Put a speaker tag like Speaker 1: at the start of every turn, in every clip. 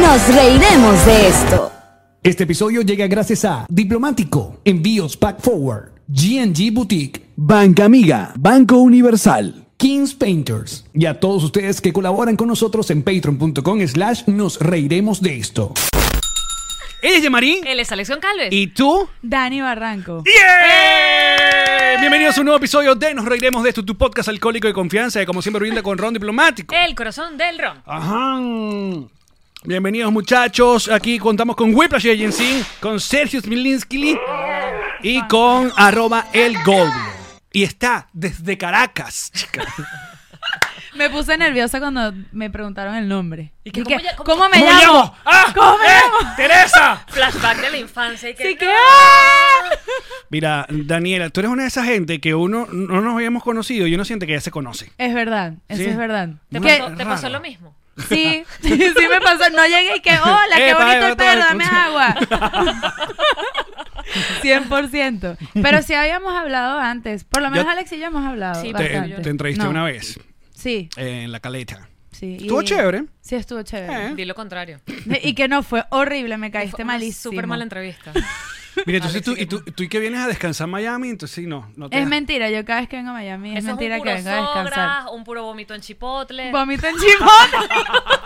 Speaker 1: Nos reiremos de esto.
Speaker 2: Este episodio llega gracias a Diplomático, Envíos Pack Forward, GNG Boutique,
Speaker 3: Banca Amiga, Banco Universal.
Speaker 2: Kings Painters y a todos ustedes que colaboran con nosotros en patreon.com slash nos reiremos de esto. Ella es Yamarín
Speaker 4: Él es Alexion Calves.
Speaker 2: y tú. ¡Eh!
Speaker 5: Dani Barranco.
Speaker 2: ¡Yeah! Bienvenidos a un nuevo episodio de Nos Reiremos de esto, tu podcast alcohólico de confianza que como siempre brinda con Ron Diplomático.
Speaker 4: El corazón del ron.
Speaker 2: Ajá. Bienvenidos muchachos, aquí contamos con Whiplash Agency, con Sergio Smilinski y con arroba el Goldblum. Y está desde Caracas, chicas.
Speaker 5: Me puse nerviosa cuando me preguntaron el nombre.
Speaker 4: ¿Y qué,
Speaker 5: Y
Speaker 4: cómo
Speaker 5: que,
Speaker 4: ya-
Speaker 5: cómo,
Speaker 4: cómo-
Speaker 5: me
Speaker 2: ¿Cómo
Speaker 5: llamo?
Speaker 2: llamo? ¡Ah!
Speaker 5: ¿Cómo me
Speaker 2: ¡Eh!
Speaker 5: llamo?
Speaker 2: ¡Teresa!
Speaker 4: Flashback de la infancia. Y que,
Speaker 5: Así que,
Speaker 4: no.
Speaker 5: ¡ah!
Speaker 2: Mira, Daniela, tú eres una de esas gente que uno no nos habíamos conocido y uno siente que ya se conoce.
Speaker 5: Es verdad, eso
Speaker 2: Sí.
Speaker 5: es verdad.
Speaker 4: ¿Te,
Speaker 2: Muy
Speaker 4: pasó, te
Speaker 2: raro.
Speaker 4: pasó lo mismo?
Speaker 5: Sí, sí, sí me pasó. No llegué y que, hola, qué
Speaker 2: Epa,
Speaker 5: bonito
Speaker 2: epa,
Speaker 5: el pelo,
Speaker 2: todo el-
Speaker 5: dame agua. 100%. Pero sí habíamos hablado antes. Por lo menos
Speaker 2: Yo-
Speaker 5: Alex y yo hemos hablado.
Speaker 4: Sí,
Speaker 2: Te,
Speaker 5: bastante.
Speaker 2: te entrevisté
Speaker 5: No.
Speaker 2: una vez
Speaker 5: Sí,
Speaker 2: eh, en la caleta.
Speaker 5: sí. y-
Speaker 2: Estuvo chévere.
Speaker 5: Sí, estuvo chévere.
Speaker 2: Eh.
Speaker 4: Di lo contrario.
Speaker 5: Y que no, fue horrible, me caíste
Speaker 4: Fue una
Speaker 5: malísimo.
Speaker 4: Súper mala entrevista.
Speaker 2: Mira, entonces
Speaker 4: Alex,
Speaker 2: tú,
Speaker 4: sí
Speaker 2: y
Speaker 4: que
Speaker 2: tú, tú y que vienes a descansar en Miami, entonces sí, no. no te
Speaker 5: Es
Speaker 2: das-
Speaker 5: mentira, yo cada vez que vengo a Miami es
Speaker 4: Eso
Speaker 5: mentira
Speaker 4: un
Speaker 5: que
Speaker 4: puro
Speaker 5: vengo a descansar.
Speaker 4: sobras, un puro vómito en chipotle.
Speaker 5: Vomito en chimón.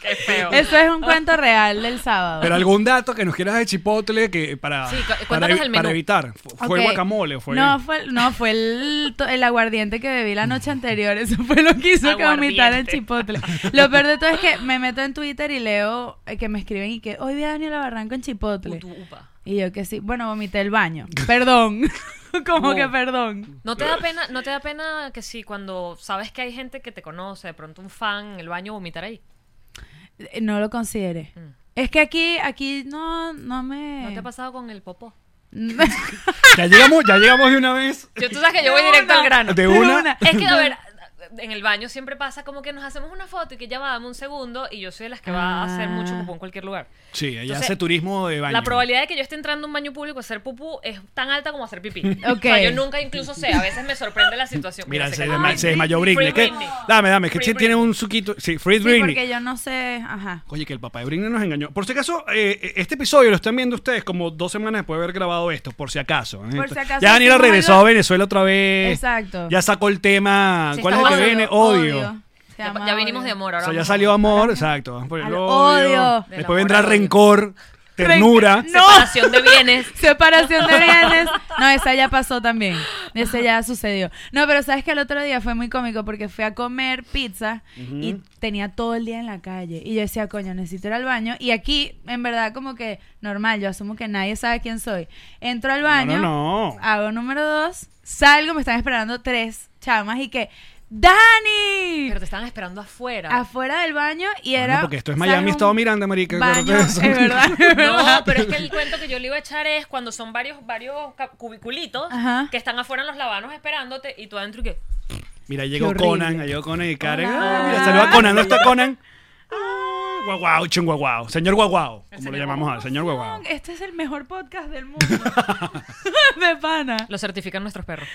Speaker 4: Qué feo.
Speaker 5: Eso es un cuento real del sábado.
Speaker 2: Pero algún dato que nos quieras de Chipotle que para,
Speaker 4: Sí, cu-
Speaker 2: para,
Speaker 4: cuéntanos
Speaker 2: evi-
Speaker 4: el menú.
Speaker 2: para evitar. Fu- ¿Fue
Speaker 5: Ok.
Speaker 2: guacamole o fue.?
Speaker 5: No, fue, no, fue el, to- el aguardiente que bebí la noche anterior. Eso fue lo que hizo que vomitara el
Speaker 4: Aguardiente.
Speaker 5: chipotle. Lo peor de todo es que me meto en Twitter y leo eh, que me escriben y que hoy vi a Daniela Barranco en chipotle.
Speaker 4: Utu, upa.
Speaker 5: Y yo que sí. Bueno, vomité el baño. Perdón. Como
Speaker 2: No.
Speaker 5: que perdón.
Speaker 4: ¿No te, da pena, ¿No te da pena que sí, cuando sabes que hay gente que te conoce, de pronto un fan en el baño vomitar ahí?
Speaker 5: Eh, No lo consideré.
Speaker 4: Mm.
Speaker 5: Es que aquí, aquí no, no me.
Speaker 4: ¿No te ha pasado con el popó?
Speaker 2: Ya llegamos, ya llegamos de una vez.
Speaker 4: Yo, tú sabes que yo voy directo al grano.
Speaker 2: De una.
Speaker 4: Es que, a ver, en el baño siempre pasa como que nos hacemos una foto y que ya va, dame un segundo y yo soy de las que va a hacer mucho
Speaker 5: Ah.
Speaker 4: pupú en cualquier lugar.
Speaker 2: Sí, ella
Speaker 4: Entonces,
Speaker 2: hace turismo de baño.
Speaker 4: La probabilidad de que yo esté entrando a un baño público a hacer pupú es tan alta como hacer pipí. O
Speaker 5: Ok.
Speaker 4: sea, yo nunca incluso sé, a veces me sorprende la situación.
Speaker 2: Mira, se,
Speaker 4: cayó.
Speaker 2: desma- se desmayó Britney.
Speaker 4: Free
Speaker 2: ¿Qué?
Speaker 4: Britney.
Speaker 2: Dame, dame, que
Speaker 4: Free
Speaker 2: sí tiene
Speaker 4: Britney.
Speaker 2: un suquito. Sí, Free
Speaker 5: Sí,
Speaker 2: Britney.
Speaker 5: porque yo no sé. Ajá.
Speaker 2: Oye, que el papá de Britney nos engañó. Por si acaso, eh, este episodio lo están viendo ustedes como dos semanas después de haber grabado esto, por si acaso. ¿eh?
Speaker 5: Por si acaso
Speaker 2: Ya Daniela
Speaker 5: hicimos
Speaker 2: regresó
Speaker 5: algo-
Speaker 2: a Venezuela otra vez.
Speaker 5: Exacto.
Speaker 2: Ya sacó el tema.
Speaker 4: Sí,
Speaker 2: ¿Cuál es el
Speaker 4: está
Speaker 2: que
Speaker 4: odio,
Speaker 2: viene? Odio.
Speaker 5: Se
Speaker 4: Ya,
Speaker 5: llama
Speaker 4: ya vinimos
Speaker 5: odio.
Speaker 4: de amor
Speaker 2: O
Speaker 4: ahora.
Speaker 2: sea, ya
Speaker 4: vamos
Speaker 2: salió
Speaker 4: a-
Speaker 2: amor, exacto. vamos por el
Speaker 5: Al
Speaker 2: odio.
Speaker 5: odio.
Speaker 2: Después
Speaker 4: Del amor
Speaker 2: vendrá
Speaker 4: al odio.
Speaker 2: rencor, ternura.
Speaker 5: No.
Speaker 4: Separación de bienes.
Speaker 5: Separación de bienes. No, esa ya pasó también. Esa ya sucedió. No, pero sabes que el otro día fue muy cómico porque fui a comer pizza y tenía todo el día en la calle. Y yo decía, coño, necesito ir al baño. Y aquí, en verdad, como que normal, yo asumo que nadie sabe quién soy. Entro al baño,
Speaker 2: no, no.
Speaker 5: hago número dos, salgo, me están esperando tres chamas y que, ¡Dani!
Speaker 4: Pero te estaban esperando afuera.
Speaker 5: afuera del baño y
Speaker 2: Bueno,
Speaker 5: era.
Speaker 2: porque esto es
Speaker 5: ¿sabes?
Speaker 2: Miami,
Speaker 5: Un
Speaker 2: Estado Miranda, marica.
Speaker 5: Baño,
Speaker 2: acuérdate
Speaker 5: es
Speaker 2: de eso.
Speaker 5: verdad, es verdad.
Speaker 4: No, pero es que el cuento que yo le iba a echar es cuando son varios, varios ca- cubiculitos
Speaker 5: Ajá.
Speaker 4: que están afuera en los lavanos esperándote y tú adentro y que.
Speaker 2: Mira, llegó
Speaker 5: horrible.
Speaker 2: Conan, ahí llegó Conan y Karen.
Speaker 5: Hola.
Speaker 2: Ah, mira, saluda a Conan, ¿no está Conan? Ah, Guau, guau, chun, guau, guau. Señor guau, guau, como lo llamamos al señor guau, guau.
Speaker 5: Este es el mejor podcast del mundo. de pana.
Speaker 4: Lo certifican nuestros perros.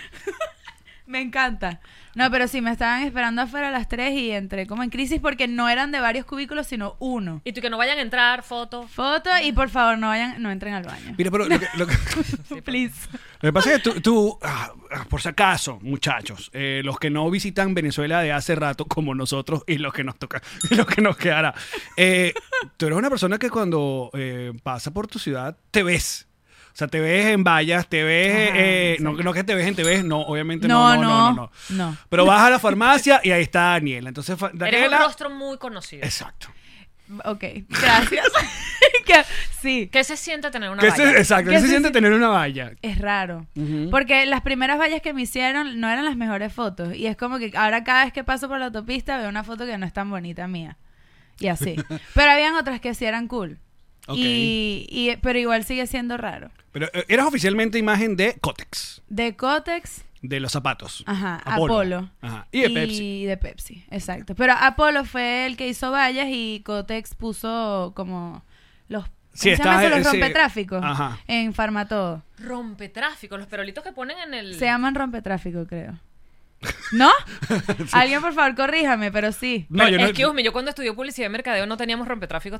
Speaker 5: Me encanta. No, pero sí, me estaban esperando afuera a las 3 y entré como en crisis porque no eran de varios cubículos, sino uno.
Speaker 4: Y tú que no vayan a entrar, foto.
Speaker 5: Foto y por favor no vayan, no entren al baño.
Speaker 2: Mira, pero lo que, lo que-
Speaker 5: Please.
Speaker 2: lo que pasa es que tú, tú, ah, ah, por si acaso, muchachos, eh, los que no visitan Venezuela de hace rato, como nosotros, y los que nos toca, y los que nos quedará, eh, tú eres una persona que cuando eh, pasa por tu ciudad, te ves. O sea, te ves en vallas, te ves... eh, no, no que te ves en te ves, no, obviamente no, no, no, no. no.
Speaker 5: no.
Speaker 2: Pero vas a la farmacia y ahí está Daniela. Entonces, fa-
Speaker 4: Eres un
Speaker 2: Daniela.
Speaker 4: rostro muy conocido.
Speaker 2: Exacto.
Speaker 5: Ok, gracias. Que- sí,
Speaker 4: ¿Qué se siente tener una
Speaker 2: ¿Qué
Speaker 4: valla?
Speaker 2: se, exacto.
Speaker 5: ¿Qué
Speaker 2: ¿Qué se
Speaker 5: se
Speaker 2: siente
Speaker 5: si-
Speaker 2: tener una valla?
Speaker 5: es raro. Porque las primeras vallas que me hicieron no eran las mejores fotos. Y es como que ahora cada vez que paso por la autopista veo una foto que no es tan bonita mía. Y así. pero habían otras que sí eran cool.
Speaker 2: Ok.
Speaker 5: Y- y, pero igual sigue siendo raro.
Speaker 2: Pero eh, eras oficialmente imagen de Cotex,
Speaker 5: De Cotex,
Speaker 2: de los zapatos.
Speaker 5: ajá, Apolo.
Speaker 2: Ajá. Y de Pepsi.
Speaker 5: de Pepsi, exacto. Pero Apolo fue el que hizo vallas y Cotex puso como los
Speaker 2: Sí,
Speaker 5: ¿cómo se llama
Speaker 2: está-
Speaker 5: eso?
Speaker 2: eh,
Speaker 5: los
Speaker 2: sí.
Speaker 5: rompetráficos
Speaker 2: Ajá.
Speaker 5: en Farmatodo.
Speaker 4: Rompe tráfico, los perolitos que ponen en el.
Speaker 5: Se llaman rompetráfico, creo. ¿No? Alguien, por favor, corríjame, pero sí.
Speaker 2: No, yo no-
Speaker 4: Excuse me, yo cuando estudié publicidad y mercadeo no teníamos rompetráficos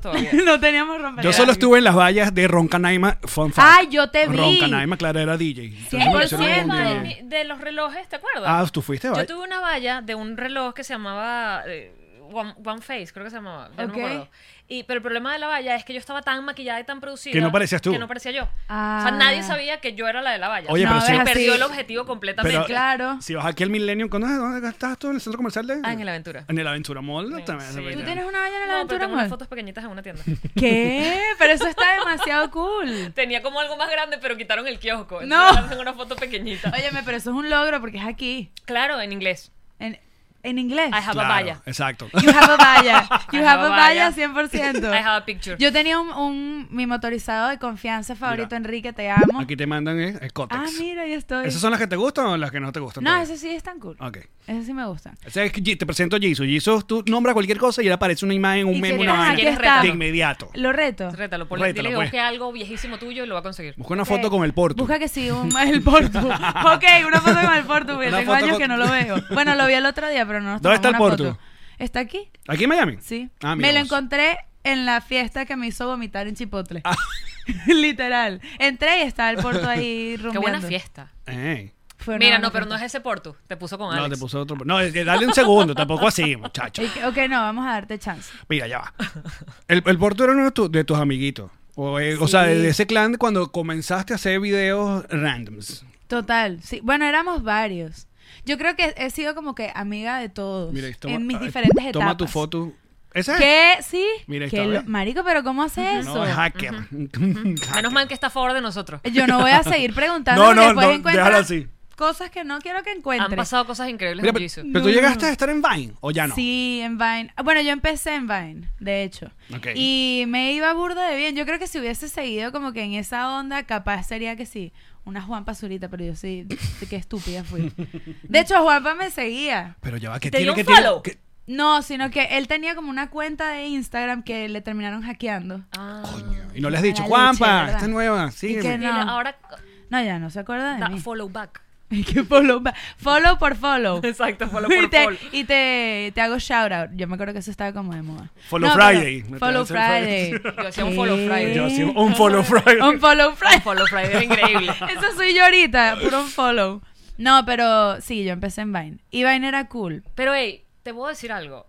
Speaker 4: todavía.
Speaker 5: no teníamos romper.
Speaker 2: Yo solo estuve en las vallas de Roncanaima. Fun fact.
Speaker 5: Ay, yo te vi.
Speaker 2: Roncanaima, claro, era DJ. Entonces,
Speaker 5: Ey,
Speaker 2: me
Speaker 4: Ey, yo
Speaker 5: eso
Speaker 4: tuve
Speaker 2: hicieron
Speaker 5: no
Speaker 4: una
Speaker 5: es
Speaker 2: como
Speaker 4: valla
Speaker 5: cierto.
Speaker 4: de,
Speaker 2: que-
Speaker 4: mi- de los relojes, ¿te acuerdas?
Speaker 2: Ah, tú fuiste,
Speaker 4: Yo
Speaker 2: ¿vale?
Speaker 4: tuve una valla de un reloj que se llamaba eh, One, One Face, creo que se llamaba. ya no me
Speaker 5: Ok.
Speaker 4: acuerdo. Y, pero el problema de la valla es que yo estaba tan maquillada y tan producida.
Speaker 2: Que no parecías tú.
Speaker 4: Que no parecía yo. O
Speaker 5: Ah.
Speaker 4: sea, nadie sabía que yo era la de la valla.
Speaker 2: Oye,
Speaker 5: No,
Speaker 2: pero
Speaker 5: es
Speaker 4: se
Speaker 2: sí.
Speaker 5: así.
Speaker 4: perdió el objetivo completamente.
Speaker 2: Pero- eh,
Speaker 5: Claro.
Speaker 2: Si vas aquí al Millennium, ¿cuándo- ¿dónde estás tú? ¿En el centro comercial de...?
Speaker 4: Ah, en el Aventura.
Speaker 2: En el Aventura Mall.
Speaker 4: Sí,
Speaker 2: también,
Speaker 4: sí.
Speaker 2: también.
Speaker 5: ¿Tú tienes una valla en la
Speaker 4: No, pero
Speaker 5: aventura,
Speaker 4: tengo unas
Speaker 5: amor?
Speaker 4: fotos pequeñitas en una tienda.
Speaker 5: ¿Qué? Pero eso está demasiado cool.
Speaker 4: Tenía como algo más grande, pero quitaron el kiosco.
Speaker 5: No.
Speaker 4: Entonces hacen una foto pequeñita.
Speaker 5: Óyeme, pero eso es un logro porque es aquí.
Speaker 4: Claro, en inglés.
Speaker 5: En, en inglés.
Speaker 4: I have
Speaker 2: Claro,
Speaker 4: a valla.
Speaker 2: Exacto.
Speaker 5: You have a valla. You
Speaker 4: I
Speaker 5: have
Speaker 4: have
Speaker 5: a
Speaker 4: a
Speaker 5: valla
Speaker 4: valla.
Speaker 5: 100%.
Speaker 4: I have a picture.
Speaker 5: Yo tenía un, un- mi motorizado de confianza favorito,
Speaker 2: Mira.
Speaker 5: Enrique, te amo.
Speaker 2: Aquí te mandan eh, el cótex.
Speaker 5: Ah, mira, yo estoy.
Speaker 2: ¿Esas son las que te gustan o las que no te gustan?
Speaker 5: no,
Speaker 2: todavía?
Speaker 5: eso sí es tan cool.
Speaker 2: Ok.
Speaker 5: Eso sí me gusta.
Speaker 2: O sea, es que Ye- te presento a Jesus. Jesus, tú nombras cualquier cosa y le aparece una imagen, un
Speaker 5: Y
Speaker 2: meme,
Speaker 5: que-
Speaker 2: una
Speaker 5: ah,
Speaker 2: vaina.
Speaker 5: aquí
Speaker 4: ¿Quieres
Speaker 5: está.
Speaker 2: De inmediato.
Speaker 5: Lo reto.
Speaker 4: Rétalo, ponle,
Speaker 2: Rétalo,
Speaker 4: dile que
Speaker 2: pues.
Speaker 4: busque algo viejísimo tuyo y lo va a conseguir.
Speaker 2: Busca una
Speaker 5: Ok.
Speaker 2: foto con el Porto.
Speaker 5: Busca que sí, un, el Portu. ok, una foto con el Portu, porque
Speaker 2: Una
Speaker 5: tengo
Speaker 2: foto
Speaker 5: años
Speaker 2: con-
Speaker 5: que no lo veo. Bueno, lo vi el otro día, pero no nos
Speaker 2: ¿Dónde está
Speaker 5: tomamos
Speaker 2: el
Speaker 5: una
Speaker 2: Portu?
Speaker 5: foto. ¿Está aquí?
Speaker 2: ¿Aquí en Miami?
Speaker 5: Sí.
Speaker 2: Ah, mira
Speaker 5: me lo
Speaker 2: vos.
Speaker 5: encontré en la fiesta que me hizo vomitar en Chipotle.
Speaker 2: Ah.
Speaker 5: Literal. Entré y estaba el Portu ahí
Speaker 4: Qué
Speaker 5: rumbeando.
Speaker 4: buena fiesta.
Speaker 2: Ey.
Speaker 5: Fue una
Speaker 4: Mira,
Speaker 5: buena
Speaker 4: no, pero no es
Speaker 5: fiesta.
Speaker 4: ese Porto. Te puso con Alex.
Speaker 2: No, te puse otro. No, es que dale un segundo, tampoco así, muchacho.
Speaker 5: Y que- Ok, no, vamos a darte chance.
Speaker 2: Mira, ya va. El, el Porto era uno de, tu- de tus amiguitos. O, eh, o
Speaker 5: Sí.
Speaker 2: sea, de ese clan cuando comenzaste a hacer videos randoms.
Speaker 5: Total, sí. Bueno, éramos varios. Yo creo que he sido como que amiga de todos
Speaker 2: Mira, toma-
Speaker 5: en mis
Speaker 2: ay,
Speaker 5: diferentes etapas.
Speaker 2: Toma tu foto. ¿Esa es?
Speaker 5: ¿Qué? ¿Sí?
Speaker 2: Mira, ahí
Speaker 5: ¿Qué
Speaker 2: está,
Speaker 5: lo-
Speaker 2: ¿ves?
Speaker 5: Marico, ¿pero cómo haces eso?
Speaker 2: No, es hacker.
Speaker 4: Menos mal que está a favor de nosotros.
Speaker 5: Yo no voy a seguir preguntando
Speaker 2: No,
Speaker 5: porque
Speaker 2: no,
Speaker 5: después
Speaker 2: no,
Speaker 5: encuentro
Speaker 2: déjalo así.
Speaker 5: cosas que no quiero que
Speaker 4: Han
Speaker 5: encuentre.
Speaker 4: pasado cosas increíbles
Speaker 2: Mira,
Speaker 4: con
Speaker 2: pero,
Speaker 4: Jisoo.
Speaker 2: pero tú
Speaker 5: No, no,
Speaker 2: llegaste
Speaker 5: no.
Speaker 2: a estar en Vine, ¿o ya no?
Speaker 5: Mm. Sí, en Vine. Ah, Bueno, yo empecé en Vine, de hecho.
Speaker 2: Ok.
Speaker 5: Y me iba burda de bien. Yo creo que si hubiese seguido como que en esa onda, capaz sería que sí. Una Juanpa Zurita, pero yo sí, qué estúpida fui. De hecho, Juanpa me seguía.
Speaker 2: Pero ya va, que
Speaker 4: Te
Speaker 2: tiene
Speaker 4: dio un
Speaker 2: que tiene-
Speaker 4: follow.
Speaker 2: que-
Speaker 5: No, sino que él tenía como una cuenta de Instagram que le terminaron hackeando.
Speaker 4: Ah.
Speaker 2: Coño. Y no le has dicho,
Speaker 5: Mala leche,
Speaker 2: Juanpa,
Speaker 5: ¿verdad?
Speaker 2: esta es nueva,
Speaker 5: Y que
Speaker 2: sígueme.
Speaker 4: Y la-
Speaker 5: No.
Speaker 4: ahora
Speaker 5: No, ya no se acuerda de
Speaker 4: da
Speaker 5: mí.
Speaker 4: follow back.
Speaker 5: Que follow, ba- follow por follow.
Speaker 4: Exacto, follow
Speaker 5: y te, y te, te hago shout out. Yo me acuerdo que eso estaba como de moda.
Speaker 2: Follow
Speaker 5: pero-
Speaker 2: Friday.
Speaker 5: Follow Friday.
Speaker 4: Yo hacía un follow Friday.
Speaker 2: Yo hacía un follow Friday.
Speaker 5: Un follow Friday.
Speaker 4: Follow Friday era increíble.
Speaker 5: Eso soy yo ahorita, puro un follow. No, pero sí, yo empecé en Vine. Y Vine era cool.
Speaker 4: Pero, hey, te puedo decir algo.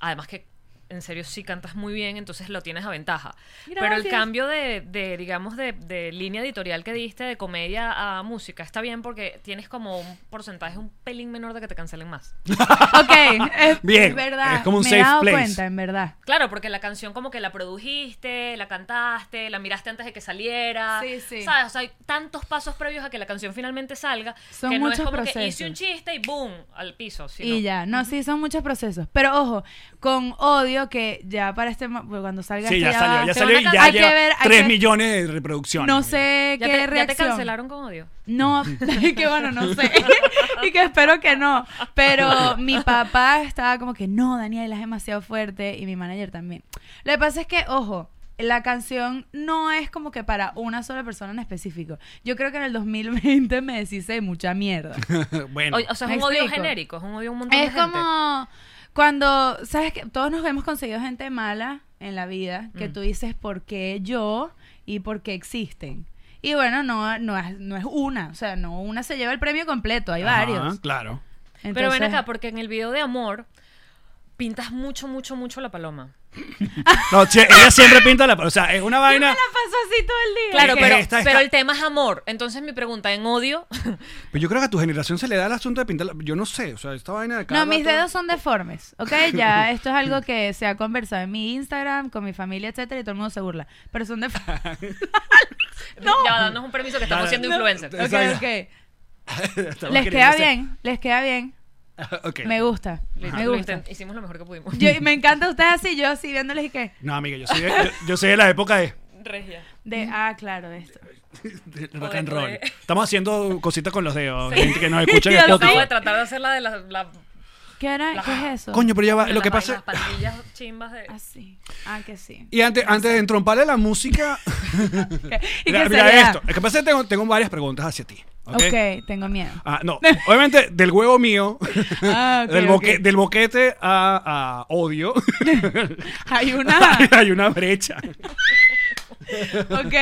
Speaker 4: Además que, en serio, sí cantas muy bien, entonces lo tienes a ventaja. Pero el
Speaker 5: Gracias.
Speaker 4: cambio de, de, digamos, de, de línea editorial que diste de comedia a música está bien porque tienes como un porcentaje un pelín menor de que te cancelen más.
Speaker 5: Ok, es
Speaker 2: Bien,
Speaker 5: verdad.
Speaker 2: es como un
Speaker 5: me he
Speaker 2: safe
Speaker 5: dado
Speaker 2: place.
Speaker 5: cuenta, en verdad.
Speaker 4: Claro, porque la canción como que la produjiste, la cantaste, la miraste antes de que saliera.
Speaker 5: Sí, sí.
Speaker 4: ¿Sabes? O sea, hay tantos pasos previos a que la canción finalmente salga.
Speaker 5: Son
Speaker 4: que no
Speaker 5: muchos
Speaker 4: es como que
Speaker 5: procesos.
Speaker 4: hice un chiste y boom, al piso. sino-
Speaker 5: Y ya, no, sí, son muchos procesos. Pero ojo, con odio que ya para este. mo- Cuando salga
Speaker 2: Sí, ya
Speaker 5: este va-
Speaker 2: salió, ya
Speaker 4: te
Speaker 2: salió
Speaker 4: van
Speaker 2: y
Speaker 4: a
Speaker 2: ya
Speaker 5: can- hay que
Speaker 2: lleva
Speaker 5: ver, hay
Speaker 2: 3
Speaker 5: que-
Speaker 2: millones de reproducciones.
Speaker 5: No sé
Speaker 4: ¿Ya
Speaker 5: qué
Speaker 4: te, ya te
Speaker 5: reacción.
Speaker 4: cancelaron con odio.
Speaker 5: No, que bueno, no sé. y que espero que no. Pero mi papá estaba como que no, Daniela es demasiado fuerte. Y mi manager también. Lo que pasa es que, ojo, la canción no es como que para una sola persona en específico. Yo creo que en el 2020 me deshice de mucha mierda.
Speaker 2: bueno,
Speaker 4: O, o sea,
Speaker 5: Me
Speaker 4: es un odio
Speaker 5: explico.
Speaker 4: genérico, es un odio a un montón
Speaker 5: es
Speaker 4: de gente.
Speaker 5: como cuando, ¿sabes que Todos nos hemos conseguido gente mala en la vida
Speaker 4: Mm.
Speaker 5: que tú dices por qué yo y por qué existen. Y bueno, no, no, es- no es una, o sea, no una se lleva el premio completo, hay
Speaker 2: Ajá,
Speaker 5: varios.
Speaker 2: Claro.
Speaker 4: Pero ven
Speaker 5: Entonces-
Speaker 4: acá, porque en el video de amor pintas mucho, mucho, mucho la paloma.
Speaker 2: No, sí, ella siempre pinta la. O sea, es una
Speaker 5: Yo me la
Speaker 2: vaina.
Speaker 5: paso así todo el día.
Speaker 4: Claro,
Speaker 2: que
Speaker 4: pero,
Speaker 2: esta- esta-
Speaker 4: pero el tema es amor. Entonces mi pregunta, en odio,
Speaker 2: Pero pues yo creo que a tu generación se le da el asunto de pintar. la- Yo no sé, o sea, esta vaina de cada
Speaker 5: No, mis
Speaker 2: rato-
Speaker 5: dedos son deformes, ¿ok? Ya, esto es algo que se ha conversado en mi Instagram, con mi familia, etcétera, y todo el mundo se burla. Pero son deformes.
Speaker 4: ya va, danos un permiso que estamos
Speaker 2: Dale.
Speaker 4: siendo
Speaker 2: No.
Speaker 4: influencers.
Speaker 5: Ok,
Speaker 2: Exacto.
Speaker 5: ok.
Speaker 2: Estamos
Speaker 5: Les queda
Speaker 2: queriendo
Speaker 5: bien, les queda bien.
Speaker 2: hacer- Ok.
Speaker 5: Me gusta,
Speaker 4: Lo
Speaker 5: me gusta.
Speaker 4: intent- Hicimos lo mejor que pudimos.
Speaker 5: Yo, y me encanta ustedes así, yo así viéndoles y que.
Speaker 2: No, amiga, yo soy, de, yo, yo soy de la época de,
Speaker 4: Regia.
Speaker 5: De, ah, claro, de esto.
Speaker 2: de rock and
Speaker 4: de-
Speaker 2: roll.
Speaker 4: de-
Speaker 2: Estamos haciendo cositas con los dedos. Gente que nos escucha en
Speaker 5: Ya lo
Speaker 4: Acabo de
Speaker 2: Spotify.
Speaker 4: tratar de hacer la de la, la-
Speaker 5: ¿Qué era?
Speaker 4: La-
Speaker 5: ¿Qué es eso?
Speaker 2: Coño, pero ya va.
Speaker 4: de
Speaker 2: Ah, Lo que
Speaker 4: las
Speaker 2: pasa.
Speaker 4: vainas, pandillas chimbas de...
Speaker 5: Así. Ah, que sí.
Speaker 2: Y antes, antes de entromparle la música.
Speaker 5: ¿Y
Speaker 2: mira,
Speaker 5: qué
Speaker 2: mira
Speaker 5: sería?
Speaker 2: esto. Lo que pasa es que tengo, tengo varias preguntas hacia ti. ¿ok?
Speaker 5: ok, tengo miedo.
Speaker 2: Ah, no, obviamente del huevo mío,
Speaker 5: Ah, ok,
Speaker 2: del, boque-
Speaker 5: ok.
Speaker 2: del boquete a, a odio,
Speaker 5: Hay una.
Speaker 2: hay una brecha.
Speaker 5: ok.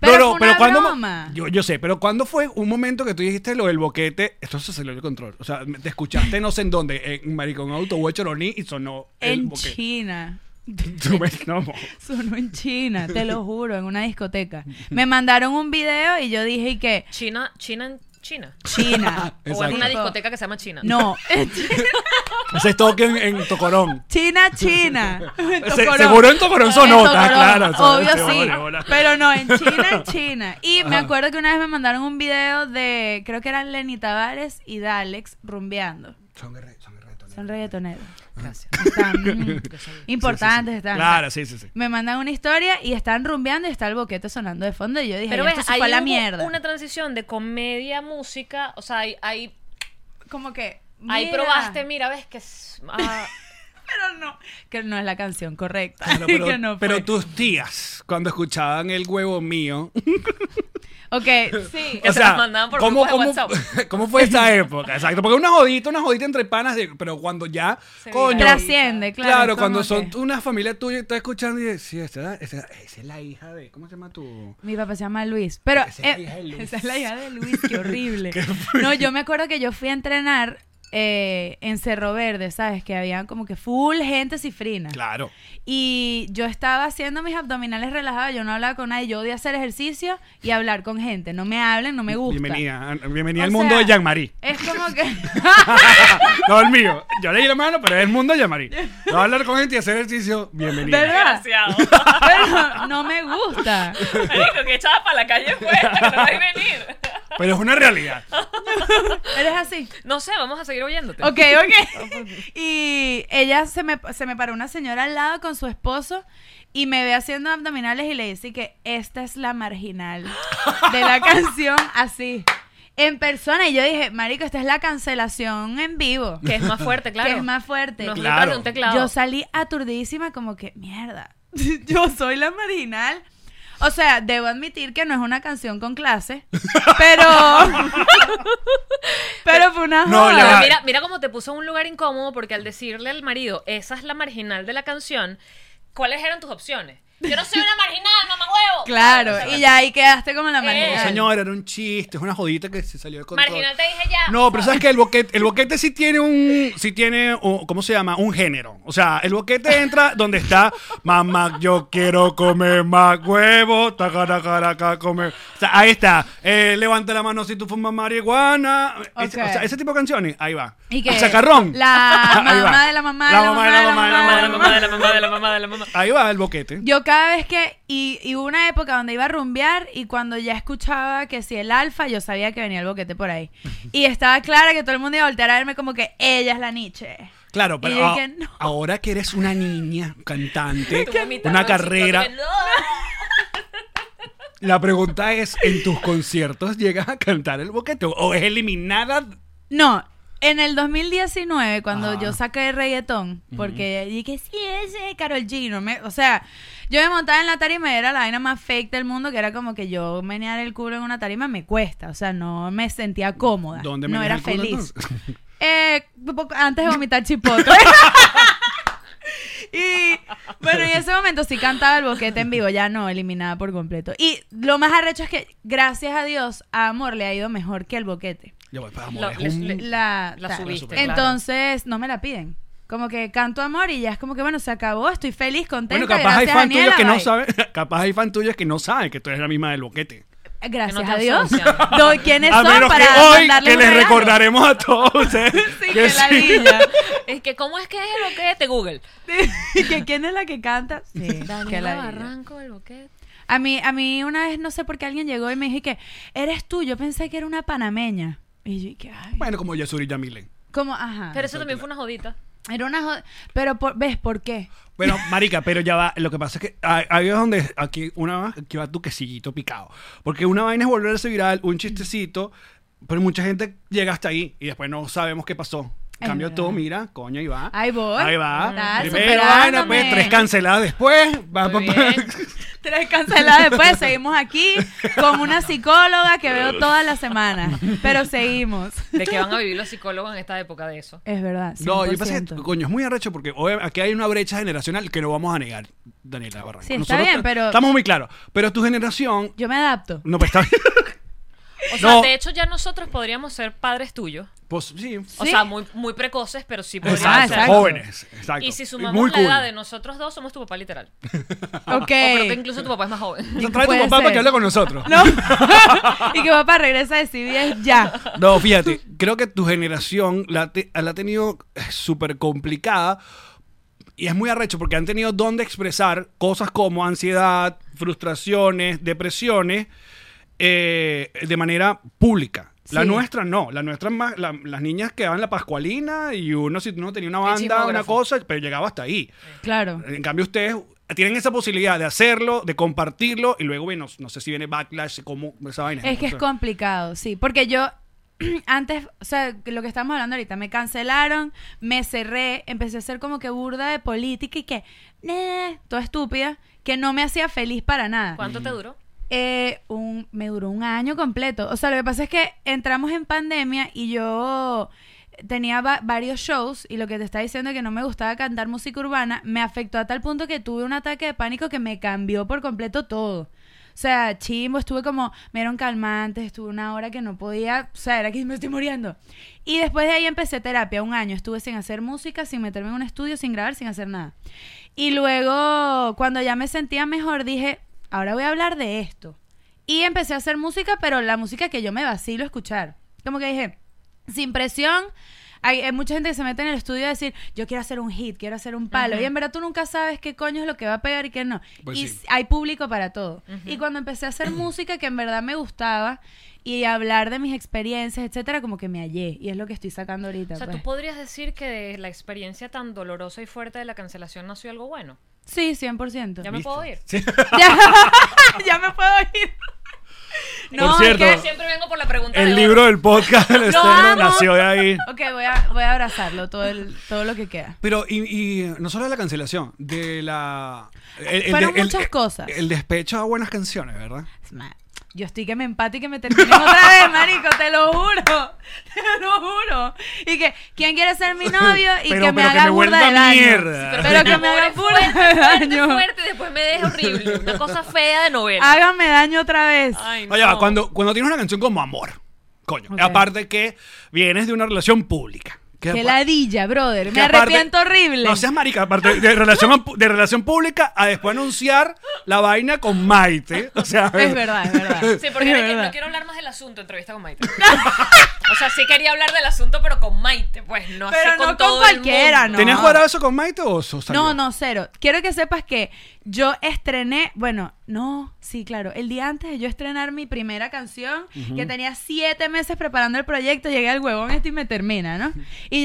Speaker 5: Pero, fue una
Speaker 2: ¿cuándo mo-
Speaker 5: broma.
Speaker 2: Yo, yo sé, pero ¿cuándo fue un momento que tú dijiste lo del boquete? Esto se salió de control. O sea, te escuchaste no sé en dónde, en Maricón Auto o Choroní y sonó el
Speaker 5: en
Speaker 2: boquete.
Speaker 5: China.
Speaker 2: Tú me- no, mo-
Speaker 5: Sonó en China, te lo juro, en una discoteca. Me mandaron un video y yo dije y que
Speaker 4: China, China en China.
Speaker 5: China.
Speaker 4: O en
Speaker 2: Exacto.
Speaker 4: una discoteca que se llama China.
Speaker 5: No,
Speaker 2: Ese toque en, en Tocorón.
Speaker 5: China, China. En
Speaker 2: Se-
Speaker 5: Tocorón.
Speaker 2: seguro en Tocorón son
Speaker 5: En
Speaker 2: notas,
Speaker 5: Tocorón,
Speaker 2: claro, son-
Speaker 5: Obvio
Speaker 2: sí,
Speaker 5: sí.
Speaker 2: vale, hola.
Speaker 5: Pero no, en China, en China. Y me
Speaker 2: Ajá.
Speaker 5: acuerdo que una vez me mandaron un video de, creo que eran Lenny Tavares y Dalex rumbeando.
Speaker 2: Son guerre- son guerreros.
Speaker 5: Son reggaetoneros.
Speaker 4: Gracias.
Speaker 5: Están mm,
Speaker 4: Yo sabía.
Speaker 5: importantes, están.
Speaker 2: Claro, sí, sí, sí.
Speaker 5: Me mandan una historia y están rumbeando y está el boquete sonando de fondo. Y yo dije,
Speaker 4: Pero
Speaker 5: pero
Speaker 4: ves,
Speaker 5: esto se
Speaker 4: ahí
Speaker 5: fue a la
Speaker 4: hubo
Speaker 5: mierda.
Speaker 4: una transición de comedia a música. O sea, ahí, ahí,
Speaker 5: Como que.
Speaker 4: ahí
Speaker 5: mira.
Speaker 4: probaste, mira, ves que. es- ah,
Speaker 5: Pero no. Que no es la canción correcta.
Speaker 2: Claro,
Speaker 5: que
Speaker 2: pero,
Speaker 5: no fue.
Speaker 2: pero tus tías, cuando escuchaban el huevo mío,
Speaker 5: Ok, sí.
Speaker 4: Que se las mandaban por
Speaker 2: ¿cómo,
Speaker 4: grupos de
Speaker 2: cómo-
Speaker 4: WhatsApp.
Speaker 2: ¿cómo fue esa época? Exacto, porque una jodita, una jodita entre panas, de- pero cuando ya,
Speaker 4: Se
Speaker 2: coño, claro,
Speaker 5: Trasciende, claro. es
Speaker 2: cuando
Speaker 5: como
Speaker 2: son
Speaker 5: que-
Speaker 2: una familia tuya y estás escuchando y dices, sí, esa, esa, esa es la hija de, ¿cómo se llama tu?
Speaker 5: Mi papá se llama Luis, pero
Speaker 2: Esa es la hija de
Speaker 5: eh,
Speaker 2: Luis.
Speaker 5: esa es la hija de Luis, qué horrible. no, yo me acuerdo que yo fui a entrenar eh, en Cerro Verde, ¿sabes? Que había como que full gente cifrina.
Speaker 2: Claro.
Speaker 5: Y yo estaba haciendo mis abdominales relajados, yo no hablaba con nadie, yo odio hacer ejercicio y hablar con gente, no me hablen, no me gusta.
Speaker 2: Bienvenida, ah, bienvenida
Speaker 5: O
Speaker 2: al mundo
Speaker 5: sea-
Speaker 2: de Jean-Marie.
Speaker 5: Es como que
Speaker 2: no el mío. Yo leí la mano, pero es el mundo de Jean-Marie. No hablar con gente y hacer ejercicio, bienvenida.
Speaker 5: ¿Verdad?
Speaker 4: Desgraciado.
Speaker 5: Pero no me gusta.
Speaker 4: Marico, que echaba para la calle fuera, que no va a venir.
Speaker 2: Pero es una realidad.
Speaker 5: Eres así.
Speaker 4: No sé, vamos a seguir oyéndote.
Speaker 5: Ok, ok. Y ella se me, se me paró una señora al lado con su esposo y me ve haciendo abdominales y le dice que esta es la marginal de la canción así. En persona, y yo dije, Marico, esta es la cancelación en vivo.
Speaker 4: Que es más fuerte, claro.
Speaker 5: Que es más fuerte.
Speaker 4: No es
Speaker 2: Claro.
Speaker 4: detrás de un teclado.
Speaker 5: Yo salí aturdidísima como que, mierda, yo soy la marginal. O sea, debo admitir que no es una canción con clase, pero... pero fue una
Speaker 2: No,
Speaker 5: joda.
Speaker 2: ya
Speaker 4: Pero
Speaker 2: va.
Speaker 4: mira, mira cómo te puso en un lugar incómodo porque al decirle al marido, esa es la marginal de la canción, ¿cuáles eran tus opciones? Yo no soy una marginal, mamá huevo.
Speaker 5: Claro, y ya ahí quedaste como la
Speaker 4: Eh,
Speaker 5: marginal.
Speaker 2: No, señora, era un chiste, es una jodita que se salió de control.
Speaker 4: Marginal te dije ya.
Speaker 2: No, pero sabes que el boquete, el boquete sí tiene un, sí tiene, un- ¿cómo se llama? Un género. O sea, el boquete entra donde está, mamá, yo quiero comer más huevo, tacaracaraca, comer. O sea, ahí está. Eh, levanta la mano si tú fumas marihuana. Ese-
Speaker 5: Ok.
Speaker 2: o sea, ese tipo de canciones, ahí va.
Speaker 5: ¿Y qué?
Speaker 2: Chacarrón.
Speaker 5: La
Speaker 2: Ahí va.
Speaker 5: mamá de la mamá de la mamá de la mamá
Speaker 4: de la mamá, de la mamá, de la mamá, de la mamá.
Speaker 2: Ahí va el boquete.
Speaker 5: Yo cada vez que, y, y hubo una época donde iba a rumbear y cuando ya escuchaba que si el alfa, yo sabía que venía el boquete por ahí. Y estaba clara que todo el mundo iba a voltear a verme como que ella es la Nietzsche.
Speaker 2: Claro,
Speaker 5: Y
Speaker 2: pero
Speaker 5: yo
Speaker 2: a-
Speaker 5: dije, no.
Speaker 2: ahora que eres una niña cantante,
Speaker 4: Tu mamita,
Speaker 2: una
Speaker 4: mamacita,
Speaker 2: carrera,
Speaker 4: que no.
Speaker 2: la pregunta es, ¿en tus conciertos llegas a cantar el boquete o- o es eliminada?
Speaker 5: No, en el 2019, cuando
Speaker 2: Ah.
Speaker 5: yo saqué reggaetón, porque dije, sí, ese Carol G, no me, o sea, yo me montaba en la tarima y era la vaina más fake del mundo, que era como que yo menear el culo en una tarima me cuesta, o sea, no me sentía cómoda,
Speaker 2: ¿Dónde
Speaker 5: no
Speaker 2: meneas
Speaker 5: era
Speaker 2: el culo,
Speaker 5: feliz.
Speaker 2: entonces?
Speaker 5: Eh, un poco antes de vomitar chipoto. Y bueno, en ese momento sí cantaba el boquete en vivo, ya no, eliminada por completo. Y lo más arrecho es que, gracias a Dios, a Amor le ha ido mejor que el boquete
Speaker 2: Ya voy, vamos,
Speaker 4: Lo-
Speaker 2: es
Speaker 4: les-
Speaker 2: un-
Speaker 4: le-
Speaker 5: la,
Speaker 4: La
Speaker 5: tal.
Speaker 4: subiste,
Speaker 2: claro.
Speaker 5: Entonces, no me la piden. Como que canto amor y ya es como que, bueno, se acabó, estoy feliz, contenta.
Speaker 2: Bueno, capaz hay
Speaker 5: gracias,
Speaker 2: fan tuyos
Speaker 5: Daniela,
Speaker 2: que no
Speaker 5: bye.
Speaker 2: saben, capaz hay fan tuyos que no saben que tú eres la misma del boquete.
Speaker 5: Gracias
Speaker 4: Que no te
Speaker 5: a Dios.
Speaker 4: asocian.
Speaker 5: Doy quiénes
Speaker 2: a
Speaker 5: son
Speaker 2: menos
Speaker 5: para
Speaker 2: que hoy
Speaker 5: mandarle
Speaker 2: que
Speaker 5: un
Speaker 2: les
Speaker 5: regalo.
Speaker 2: recordaremos a todos ustedes
Speaker 5: Sí,
Speaker 2: que
Speaker 5: que la
Speaker 2: sí.
Speaker 5: niña.
Speaker 4: Es que, ¿cómo es que es el boquete? Google.
Speaker 5: Sí, que quién es la que canta. Sí, que la niña.
Speaker 4: Barranco, el boquete.
Speaker 5: A mí, a mí una vez no sé por qué alguien llegó y me dije que eres tú, yo pensé que era una panameña. Y yo dije, ay.
Speaker 2: Bueno, como Yasuri Yamile.
Speaker 5: Como, ajá.
Speaker 4: Pero eso también fue una jodita.
Speaker 5: Era una jod- Pero por- ves por qué.
Speaker 2: Bueno, marica, pero ya va, lo que pasa es que hay- ahí es donde aquí una va- aquí va tu quesillito picado, porque una vaina es volverse viral, un chistecito, pero mucha gente llega hasta ahí y después no sabemos qué pasó.
Speaker 5: Es
Speaker 2: Cambio
Speaker 5: verdad.
Speaker 2: tú, mira, coño, ahí va.
Speaker 5: Ahí voy.
Speaker 2: Ahí va.
Speaker 5: Está
Speaker 2: Primero, bueno, pues,
Speaker 5: superándome.
Speaker 2: tres canceladas después. Va,
Speaker 4: Muy
Speaker 2: va,
Speaker 4: bien.
Speaker 5: Tres canceladas después, seguimos aquí con una psicóloga que veo todas las semanas. Pero seguimos.
Speaker 4: ¿De qué van a vivir los psicólogos en esta época de eso?
Speaker 5: Es verdad.
Speaker 2: No, yo pasa que,
Speaker 5: 100%.
Speaker 2: coño, es muy arrecho porque obvia- aquí hay una brecha generacional que no vamos a negar, Daniela Barranco.
Speaker 5: Sí, está bien,
Speaker 2: tra-
Speaker 5: pero-
Speaker 2: Estamos muy claros. Pero tu generación.
Speaker 5: Yo me adapto.
Speaker 2: No, pues está bien.
Speaker 4: O sea,
Speaker 2: No.
Speaker 4: de hecho ya nosotros podríamos ser padres tuyos.
Speaker 2: Pues sí.
Speaker 4: O
Speaker 5: Sí.
Speaker 4: sea, muy, muy precoces, pero sí podríamos
Speaker 2: Ah, Exacto,
Speaker 4: ser.
Speaker 5: exacto.
Speaker 2: jóvenes. Exacto.
Speaker 4: Y si sumamos
Speaker 2: Muy
Speaker 4: la
Speaker 2: cool.
Speaker 4: edad de nosotros dos, somos tu papá literal.
Speaker 2: Oh,
Speaker 5: Ok.
Speaker 4: O creo que incluso tu papá es más joven.
Speaker 2: Entonces, Trae a tu
Speaker 5: Puede
Speaker 2: papá para
Speaker 5: ser.
Speaker 2: que hable con nosotros.
Speaker 5: No. y que papá regresa de CBS ya.
Speaker 2: No, fíjate, creo que tu generación la, te- la ha tenido eh, súper complicada y es muy arrecho porque han tenido donde expresar cosas como ansiedad, frustraciones, depresiones eh, de manera pública. La
Speaker 5: Sí.
Speaker 2: nuestra no, la nuestra más, la- las niñas quedaban en la Pascualina y uno si no tenía una banda, una
Speaker 4: chismógrafo.
Speaker 2: cosa, pero llegaba hasta ahí.
Speaker 5: Claro.
Speaker 2: En cambio, ustedes tienen esa posibilidad de hacerlo, de compartirlo y luego, bueno, no sé si viene backlash, cómo esa vaina.
Speaker 5: Es que es
Speaker 2: O sea,
Speaker 5: complicado, sí. Porque yo antes, o sea, lo que estamos hablando ahorita, me cancelaron, me cerré, empecé a ser como que burda de política y que, "Neh", toda estúpida, que no me hacía feliz para nada.
Speaker 4: ¿Cuánto te duró?
Speaker 5: Eh, un, me duró un año completo. O sea, lo que pasa es que entramos en pandemia y yo tenía va- varios shows y lo que te está diciendo que no me gustaba cantar música urbana me afectó a tal punto que tuve un ataque de pánico que me cambió por completo todo. O sea, chimbo, estuve como, me dieron calmantes, estuve una hora que no podía, o sea, era que me estoy muriendo. Y después de ahí empecé terapia, un año, estuve sin hacer música, sin meterme en un estudio, sin grabar, sin hacer nada. Y luego, cuando ya me sentía mejor, dije, ahora voy a hablar de esto. Y empecé a hacer música, pero la música que yo me vacilo a escuchar. Como que dije, sin presión. Hay, hay mucha gente que se mete en el estudio a decir, yo quiero hacer un hit, quiero hacer un palo. Y en verdad tú nunca sabes qué coño es lo que va a pegar y qué no.
Speaker 2: Pues
Speaker 5: y
Speaker 2: sí.
Speaker 5: s- hay público para todo. Y cuando empecé a hacer música que en verdad me gustaba y hablar de mis experiencias, etcétera, como que me hallé. Y es lo que estoy sacando ahorita.
Speaker 4: O sea,
Speaker 5: pues.
Speaker 4: tú podrías decir que de la experiencia tan dolorosa y fuerte de la cancelación nació algo bueno.
Speaker 5: Sí, 100%.
Speaker 4: Ya me puedo ir.
Speaker 5: ya, ya me puedo ir. No,
Speaker 2: Por
Speaker 5: es
Speaker 2: cierto,
Speaker 5: que-
Speaker 4: Siempre vengo por la pregunta.
Speaker 2: El
Speaker 4: de
Speaker 2: libro del podcast del estreno
Speaker 5: amo.
Speaker 2: nació de ahí.
Speaker 5: Ok, voy a, voy a abrazarlo todo, el, todo lo que queda.
Speaker 2: Pero, y, y no solo de la cancelación, de la. el- el-
Speaker 5: Fueron
Speaker 2: el-
Speaker 5: muchas
Speaker 2: el-
Speaker 5: cosas.
Speaker 2: El despecho a buenas canciones, ¿verdad?
Speaker 5: Es más, Yo estoy que me empate y que me terminen otra vez, marico, te lo juro. Te lo juro. Y que, ¿quién quiere ser mi novio? Y
Speaker 2: Pero-
Speaker 5: que me
Speaker 2: pero que
Speaker 5: haga
Speaker 2: me
Speaker 5: burda
Speaker 2: vuelva
Speaker 5: del año.
Speaker 2: mierda.
Speaker 5: Pero,
Speaker 2: Sí,
Speaker 5: que me haga burda
Speaker 4: fuerte,
Speaker 5: del
Speaker 4: fuerte,
Speaker 5: año.
Speaker 4: fuerte, y después me deja horrible. Una cosa fea de novela.
Speaker 5: Hágame daño otra vez.
Speaker 4: Ay,
Speaker 2: Oye, va,
Speaker 4: no.
Speaker 2: cuando, cuando tienes una canción como amor, coño.
Speaker 5: Ok.
Speaker 2: Aparte que vienes de una relación pública. Que
Speaker 5: Qué
Speaker 2: apa-
Speaker 5: ladilla, brother.
Speaker 2: que
Speaker 5: Me
Speaker 2: aparte-
Speaker 5: arrepiento horrible.
Speaker 2: No seas marica, aparte de relación, a- de relación pública a después anunciar la vaina con Maite. O sea,
Speaker 5: es verdad, es verdad.
Speaker 4: Sí, porque
Speaker 5: Es
Speaker 4: era que
Speaker 5: verdad.
Speaker 4: no quiero hablar más del asunto, entrevista con Maite. o sea, sí quería hablar del asunto, pero con Maite, pues no
Speaker 5: Pero
Speaker 4: así
Speaker 5: no
Speaker 4: con
Speaker 5: con
Speaker 4: todo
Speaker 5: cualquiera,
Speaker 4: el mundo.
Speaker 2: ¿Tenías
Speaker 5: No.
Speaker 2: cuadrado eso con Maite o eso salió?
Speaker 5: No, no, cero. Quiero que sepas que yo estrené, bueno, no, sí, claro. El día antes de yo estrenar mi primera canción, que tenía siete meses preparando el proyecto, llegué al huevón este y me termina, ¿no? Y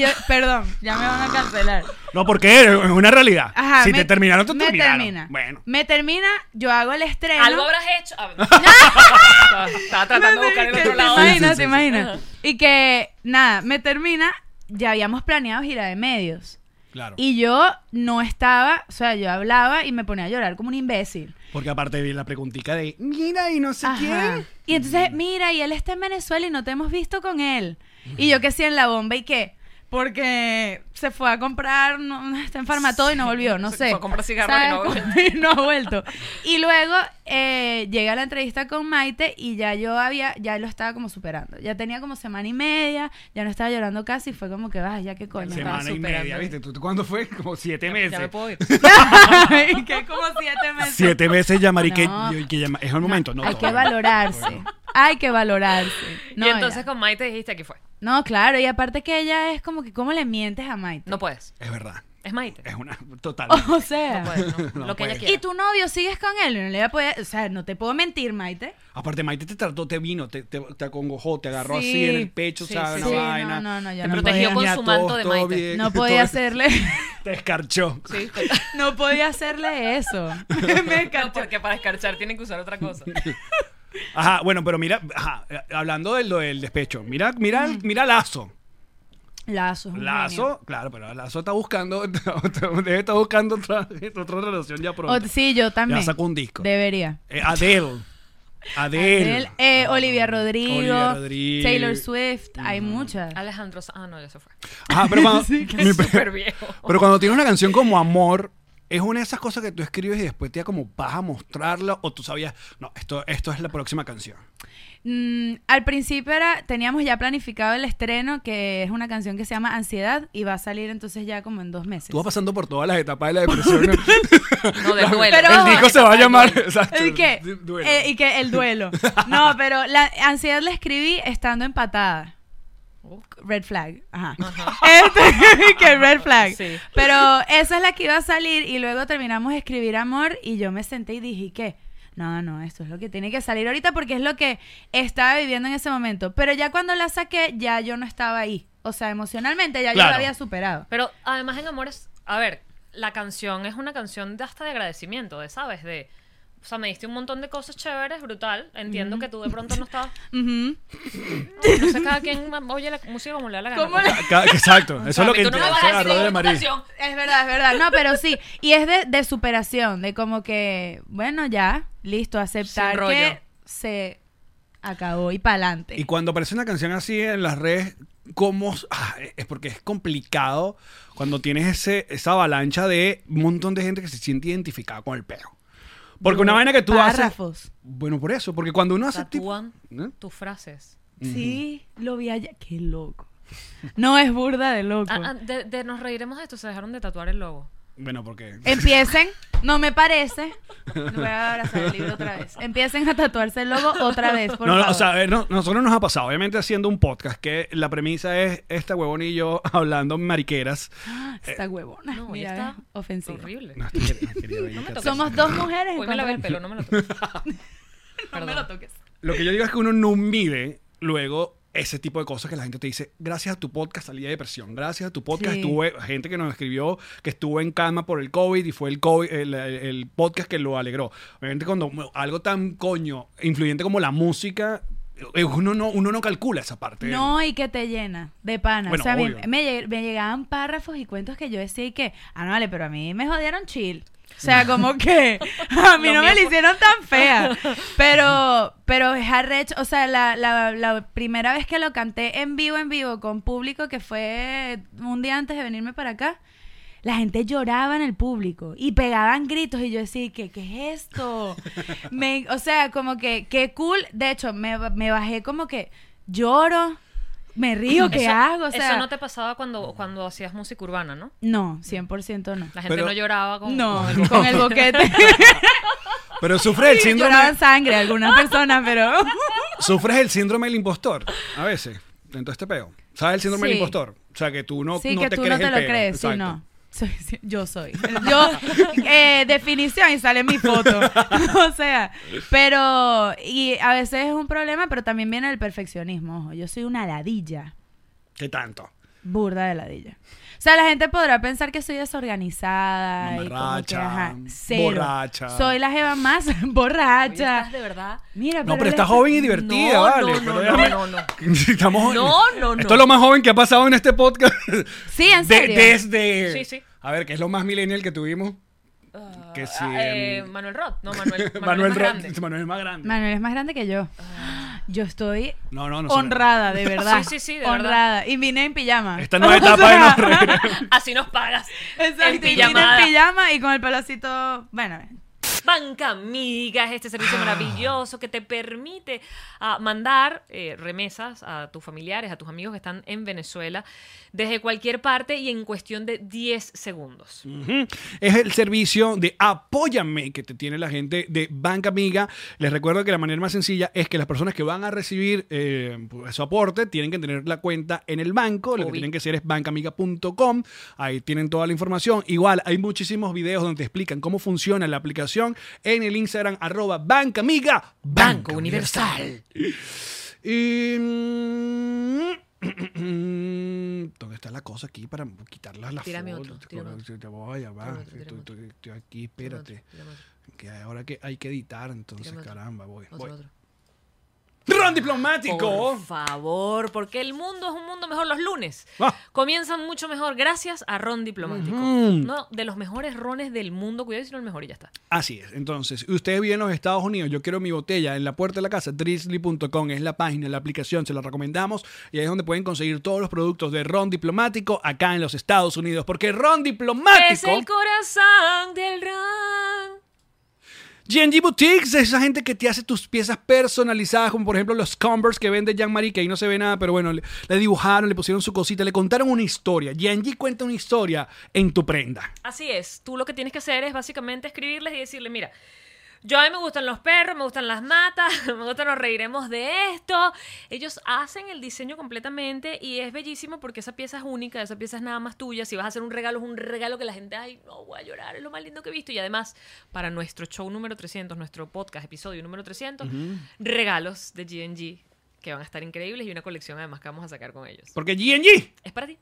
Speaker 5: yo, perdón, ya me van a cancelar.
Speaker 2: No, porque es una realidad.
Speaker 5: Ajá.
Speaker 2: si
Speaker 5: me-
Speaker 2: te terminaron, te
Speaker 5: me
Speaker 2: terminaron.
Speaker 5: termina.
Speaker 2: Bueno.
Speaker 5: Me termina, yo hago el estreno.
Speaker 4: Algo habrás hecho. Ah, estaba, estaba tratando de buscar el
Speaker 5: Que
Speaker 4: otro
Speaker 5: te
Speaker 4: lado.
Speaker 5: imaginas,
Speaker 2: Sí, sí,
Speaker 5: te
Speaker 2: sí.
Speaker 5: imaginas. Y que, nada, me termina, ya habíamos planeado gira de medios.
Speaker 2: Claro.
Speaker 5: Y yo no estaba, o sea, yo hablaba y me ponía a llorar como un imbécil.
Speaker 2: Porque aparte de la preguntica de, mira y no sé
Speaker 5: Ajá.
Speaker 2: quién.
Speaker 5: Y entonces, mira, y él está en Venezuela y no te hemos visto con él. Y yo que sí en la bomba y qué. Porque se fue a comprar, no, está enferma todo y no volvió, no
Speaker 4: Se
Speaker 5: sé.
Speaker 4: fue a comprar cigarros y no ha
Speaker 5: ¿Sabes? Y no ha vuelto. Y luego eh, llega la entrevista con Maite y ya yo había, ya lo estaba como superando. Ya tenía como semana y media, ya no estaba llorando casi, fue como que, vas, ya qué coño.
Speaker 4: Estaba
Speaker 2: Semana y
Speaker 4: superando.
Speaker 2: media, ¿viste? ¿Tú, tú cuándo fue? Como siete meses.
Speaker 4: Ya me puedo ir.
Speaker 5: Y que como siete meses.
Speaker 2: Siete meses ya, marique.
Speaker 5: No.
Speaker 2: yo- que llama- Es el momento, ¿no?
Speaker 5: Hay que
Speaker 2: todavía.
Speaker 5: valorarse. Hay que valorarse. No,
Speaker 4: y entonces
Speaker 5: era-
Speaker 4: con Maite dijiste, aquí fue.
Speaker 5: No, claro, y aparte que ella es como que, ¿cómo le mientes a Maite?
Speaker 4: No puedes.
Speaker 2: Es verdad.
Speaker 4: Es Maite.
Speaker 2: Es una total.
Speaker 5: o
Speaker 4: No
Speaker 5: sea,
Speaker 4: puedes, no.
Speaker 2: No
Speaker 4: Lo que ella
Speaker 2: puedes.
Speaker 4: quiera.
Speaker 5: y tu novio sigues con él, no le voy a poder, o sea, no te puedo mentir, Maite.
Speaker 2: Aparte, Maite te trató, te vino, te, te, te acongojó, te agarró
Speaker 5: Sí.
Speaker 2: así en el pecho,
Speaker 4: Sí,
Speaker 2: ¿sabes?
Speaker 4: sí,
Speaker 2: Una
Speaker 5: sí.
Speaker 2: vaina.
Speaker 5: No, no, no, yo
Speaker 2: Te
Speaker 5: no
Speaker 4: protegió
Speaker 2: protegía,
Speaker 4: con
Speaker 2: ya,
Speaker 4: su manto
Speaker 2: todo-
Speaker 4: de
Speaker 2: todo
Speaker 4: Maite.
Speaker 2: bien,
Speaker 5: No
Speaker 2: todo
Speaker 5: podía
Speaker 2: bien.
Speaker 5: hacerle,
Speaker 2: Te escarchó.
Speaker 4: Sí,
Speaker 5: no podía hacerle eso. Me
Speaker 4: no,
Speaker 5: encantó.
Speaker 4: porque para escarchar tienen que usar otra cosa.
Speaker 2: Ajá, bueno, pero mira, ajá, eh, hablando de lo del despecho, mira, mira, el- mira Lazo.
Speaker 5: Lazo. es un genio.
Speaker 2: Lazo, claro, pero Lazo está buscando, debe estar buscando otra, otra relación ya
Speaker 5: O-
Speaker 2: pronto.
Speaker 5: sí, yo también.
Speaker 2: sacó un disco.
Speaker 5: Debería.
Speaker 2: Eh, Adele. Adele.
Speaker 5: Él, eh, Olivia Rodrigo,
Speaker 2: Ah, Olivia Rodrigo.
Speaker 5: Taylor Swift, hay muchas.
Speaker 4: Alejandro Sa- Ah, no, ya se fue.
Speaker 2: Ajá, pero cuando,
Speaker 4: que
Speaker 2: mi-
Speaker 4: es súper viejo.
Speaker 2: pero cuando tiene una canción como Amor, es una de esas cosas que tú escribes y después te da como vas a mostrarla o tú sabías, no, esto, esto es la próxima canción.
Speaker 5: Mm, al principio era, teníamos ya planificado el estreno, que es una canción que se llama Ansiedad y va a salir entonces ya como en dos meses.
Speaker 2: Tú vas pasando por todas las etapas de la depresión. ¿no?
Speaker 4: No, del duelo.
Speaker 5: Pero-
Speaker 2: el disco se va a llamar. exacto,
Speaker 5: ¿Y qué?
Speaker 2: duelo.
Speaker 5: Eh, y que el duelo. No, pero la ansiedad la escribí estando empatada. Red flag. Ajá. Este, que red flag.
Speaker 4: Sí.
Speaker 5: Pero esa es la que iba a salir y luego terminamos de escribir amor y yo me senté y dije, ¿qué? No, no, esto es lo que tiene que salir ahorita porque es lo que estaba viviendo en ese momento. Pero ya cuando la saqué, ya yo no estaba ahí. O sea, emocionalmente ya yo
Speaker 2: Claro.
Speaker 5: la había superado.
Speaker 4: Pero además en Amores, a ver, la canción es una canción de hasta de agradecimiento, de, ¿sabes? De, o sea, me diste un montón de cosas chéveres, brutal. Entiendo que tú de pronto no estabas...
Speaker 5: Ujú.
Speaker 4: No sé, cada quien oye la música como le da la gana.
Speaker 5: ¿Cómo le-
Speaker 2: Ca- Exacto, eso es lo que
Speaker 4: tú no me vas a
Speaker 2: entiendo,
Speaker 4: decir
Speaker 2: Rodri
Speaker 4: ninguna
Speaker 2: Marín.
Speaker 4: canción.
Speaker 5: Es verdad, es verdad. No, pero sí. Y es de, de superación, de como que, bueno, ya, listo,
Speaker 4: Sin
Speaker 5: aceptar
Speaker 4: rollo.
Speaker 5: que se acabó y pa'lante.
Speaker 2: Y cuando aparece una canción así en las redes, ¿cómo? ah, es porque es complicado cuando tienes ese, esa avalancha de un montón de gente que se siente identificada con el peo. Porque una vaina que tú haces.
Speaker 5: Párrafos.
Speaker 2: Bueno, por eso, porque cuando uno hace. tipo-
Speaker 4: Tatúan
Speaker 2: ¿Eh?
Speaker 4: tus frases.
Speaker 5: Sí, lo vi allá. Qué loco. No es burda de loco.
Speaker 4: Ah, ah, de, de nos reiremos de esto, se dejaron de tatuar el logo.
Speaker 2: Bueno, porque.
Speaker 5: Eh, Empiecen, no me parece. Voy a abrazar el libro otra vez. Empiecen a tatuarse el logo otra vez, por
Speaker 2: No, no,
Speaker 5: favor.
Speaker 2: o sea, a ver, no- nosotros nos ha pasado, obviamente, haciendo un podcast que la premisa es esta huevón y yo hablando mariqueras. eh,
Speaker 5: Esta huevona.
Speaker 4: No,
Speaker 5: Mira, eh,
Speaker 4: está
Speaker 5: ofensiva.
Speaker 4: horrible.
Speaker 2: No, estoy queriendo- quería ver qué
Speaker 4: toques.
Speaker 2: tal.
Speaker 5: Somos dos mujeres. en
Speaker 4: Hoy me lavé el
Speaker 5: contra-
Speaker 4: pelo, no me lo toques.
Speaker 5: No me
Speaker 4: Perdón.
Speaker 5: lo toques.
Speaker 2: Lo que yo digo es que uno no mide luego ese tipo de cosas que la gente te dice, gracias a tu podcast salí de depresión, gracias a tu podcast
Speaker 5: Sí.
Speaker 2: estuve, gente que nos escribió que estuvo en cama por el COVID y fue el COVID, el, el- el podcast que lo alegró. Obviamente cuando algo tan coño, influyente como la música, eh, uno no, uno no calcula esa parte.
Speaker 5: No, y que te llena de pana.
Speaker 2: Bueno,
Speaker 5: o sea, a mí
Speaker 2: obvio.
Speaker 5: me, lleg- me llegaban párrafos y cuentos que yo decía y que, ah, no, vale, pero a mí me jodieron chill. O sea, como que a mí
Speaker 4: Lo mío
Speaker 5: no me la
Speaker 4: fue-
Speaker 5: hicieron tan fea. Pero, pero es arrecho. O sea, la, la- la primera vez que lo canté en vivo, en vivo, con público, que fue un día antes de venirme para acá, la gente lloraba en el público y pegaban gritos y yo decía, ¿qué, qué es esto? Me- o sea, como que, qué cool. De hecho, me, me bajé como que lloro, me río, ¿qué
Speaker 4: Eso-
Speaker 5: hago? O sea,
Speaker 4: eso no te pasaba cuando, cuando hacías música urbana, ¿no?
Speaker 5: no, 100% no.
Speaker 4: La gente
Speaker 2: Pero-
Speaker 4: no lloraba con...
Speaker 5: No, con el boquete.
Speaker 2: Pero sufres el síndrome,
Speaker 5: Lloraban sangre algunas personas, pero...
Speaker 2: sufres el síndrome del impostor a veces, dentro de este peo. ¿Sabes el síndrome del
Speaker 5: Sí.
Speaker 2: impostor? O sea, que tú no,
Speaker 5: sí,
Speaker 2: no
Speaker 5: que
Speaker 2: te
Speaker 5: tú no
Speaker 2: crees
Speaker 5: te
Speaker 2: el
Speaker 5: lo
Speaker 2: peo.
Speaker 5: crees, sí,
Speaker 2: Exacto.
Speaker 5: no. Soy- sí, yo soy. Yo, eh, definición y sale mi foto. o sea, pero, y a veces es un problema, pero también viene el perfeccionismo. Ojo, yo soy una ladilla,
Speaker 2: ¿Qué tanto?
Speaker 5: burda de ladilla. O sea, la gente podrá pensar que soy desorganizada. y como que,
Speaker 2: Mamarracha,
Speaker 5: ajá, cero.
Speaker 2: mm, borracha.
Speaker 5: Soy la jeva más
Speaker 4: Oye,
Speaker 5: borracha.
Speaker 4: estás de verdad...
Speaker 5: Mira,
Speaker 2: No, pero
Speaker 5: le
Speaker 2: está
Speaker 5: estoy-
Speaker 2: joven y divertida,
Speaker 4: No,
Speaker 2: ¿vale?
Speaker 4: no,
Speaker 2: pero
Speaker 4: no,
Speaker 2: déjame-
Speaker 4: no, no.
Speaker 2: Estamos-
Speaker 4: No, no, no.
Speaker 2: Esto es lo más joven que ha pasado en este podcast.
Speaker 5: Sí, en
Speaker 2: De-
Speaker 5: serio.
Speaker 2: desde.
Speaker 4: Sí, sí.
Speaker 2: A ver, ¿qué es lo más millennial que tuvimos? que sí.
Speaker 4: Ah, eh,
Speaker 2: em,
Speaker 4: Manuel Roth, no, Manuel, Manuel, es más
Speaker 2: Ro-
Speaker 4: grande.
Speaker 2: Manuel es más grande.
Speaker 5: Manuel es más grande que yo. Yo estoy
Speaker 2: No, no, no. sé.
Speaker 5: honrada, de verdad.
Speaker 4: Sí, sí, sí, de
Speaker 5: honrada. Y vine en pijama.
Speaker 2: Esta nueva etapa de
Speaker 5: sea,
Speaker 2: nuestro regreso.
Speaker 4: Así nos pagas.
Speaker 5: Exacto,
Speaker 4: En
Speaker 5: y vine
Speaker 4: pijamada.
Speaker 5: en pijama y con el pelocito. Bueno,
Speaker 4: Banca Amiga es este servicio maravilloso que te permite ah, mandar eh, remesas a tus familiares, a tus amigos que están en Venezuela, desde cualquier parte y en cuestión de 10 segundos.
Speaker 2: Ujú. Es el servicio de Apóyame que te tiene la gente de Banca Amiga. Les recuerdo que la manera más sencilla es que las personas que van a recibir eh, su aporte tienen que tener la cuenta en el banco. Lo que
Speaker 4: Obvio.
Speaker 2: tienen que hacer es bancamiga.com. Ahí tienen toda la información. Igual hay muchísimos videos donde te explican cómo funciona la aplicación en el Instagram arroba Banca Amiga.
Speaker 4: Banco Universal.
Speaker 2: Y, mm, ¿Dónde está la cosa aquí para quitarlas las
Speaker 4: Tírame
Speaker 2: fotos?
Speaker 4: otro, tírame otro.
Speaker 2: Te voy a llamar.
Speaker 4: Tírame otro, tírame
Speaker 2: Estoy-
Speaker 4: otro.
Speaker 2: estoy- estoy aquí, espérate. Que ahora que hay que editar, entonces,
Speaker 4: Tírame otro.
Speaker 2: caramba, voy.
Speaker 4: Otro,
Speaker 2: voy.
Speaker 4: otro.
Speaker 2: ¡Ron diplomático!
Speaker 4: Por favor, porque el mundo es un mundo mejor los lunes.
Speaker 2: Ah.
Speaker 4: Comienzan mucho mejor gracias a Ron Diplomático.
Speaker 2: Mm.
Speaker 4: Uno de los mejores rones del mundo. Cuidado si no el mejor y ya está.
Speaker 2: Así es. Entonces, ustedes viven en los Estados Unidos, yo quiero mi botella en la puerta de la casa, drizzly.com es la página, la aplicación, se la recomendamos y ahí es donde pueden conseguir todos los productos de Ron Diplomático acá en los Estados Unidos, porque Ron
Speaker 4: Es el
Speaker 2: Diplomático,
Speaker 4: corazón del Ron.
Speaker 2: G&G Boutiques, es esa gente que te hace tus piezas personalizadas, como por ejemplo los Converse que vende Jean-Marie, que ahí no se ve nada, pero bueno, le, le dibujaron, le pusieron su cosita, le contaron una historia. G&G cuenta una historia en tu prenda.
Speaker 4: Así es. Tú lo que tienes que hacer es básicamente escribirles y decirle, mira, yo a mí me gustan los perros, me gustan las matas, me gustan nos reiremos de esto. Ellos hacen el diseño completamente y es bellísimo porque esa pieza es única, esa pieza es nada más tuya. Si vas a hacer un regalo, es un regalo que la gente, ay, no voy a llorar, es lo más lindo que he visto. Y además, para nuestro show número 300, nuestro podcast, episodio número 300, regalos de GNG que van a estar increíbles y una colección además que vamos a sacar con ellos.
Speaker 2: Porque G&G
Speaker 4: Es para ti.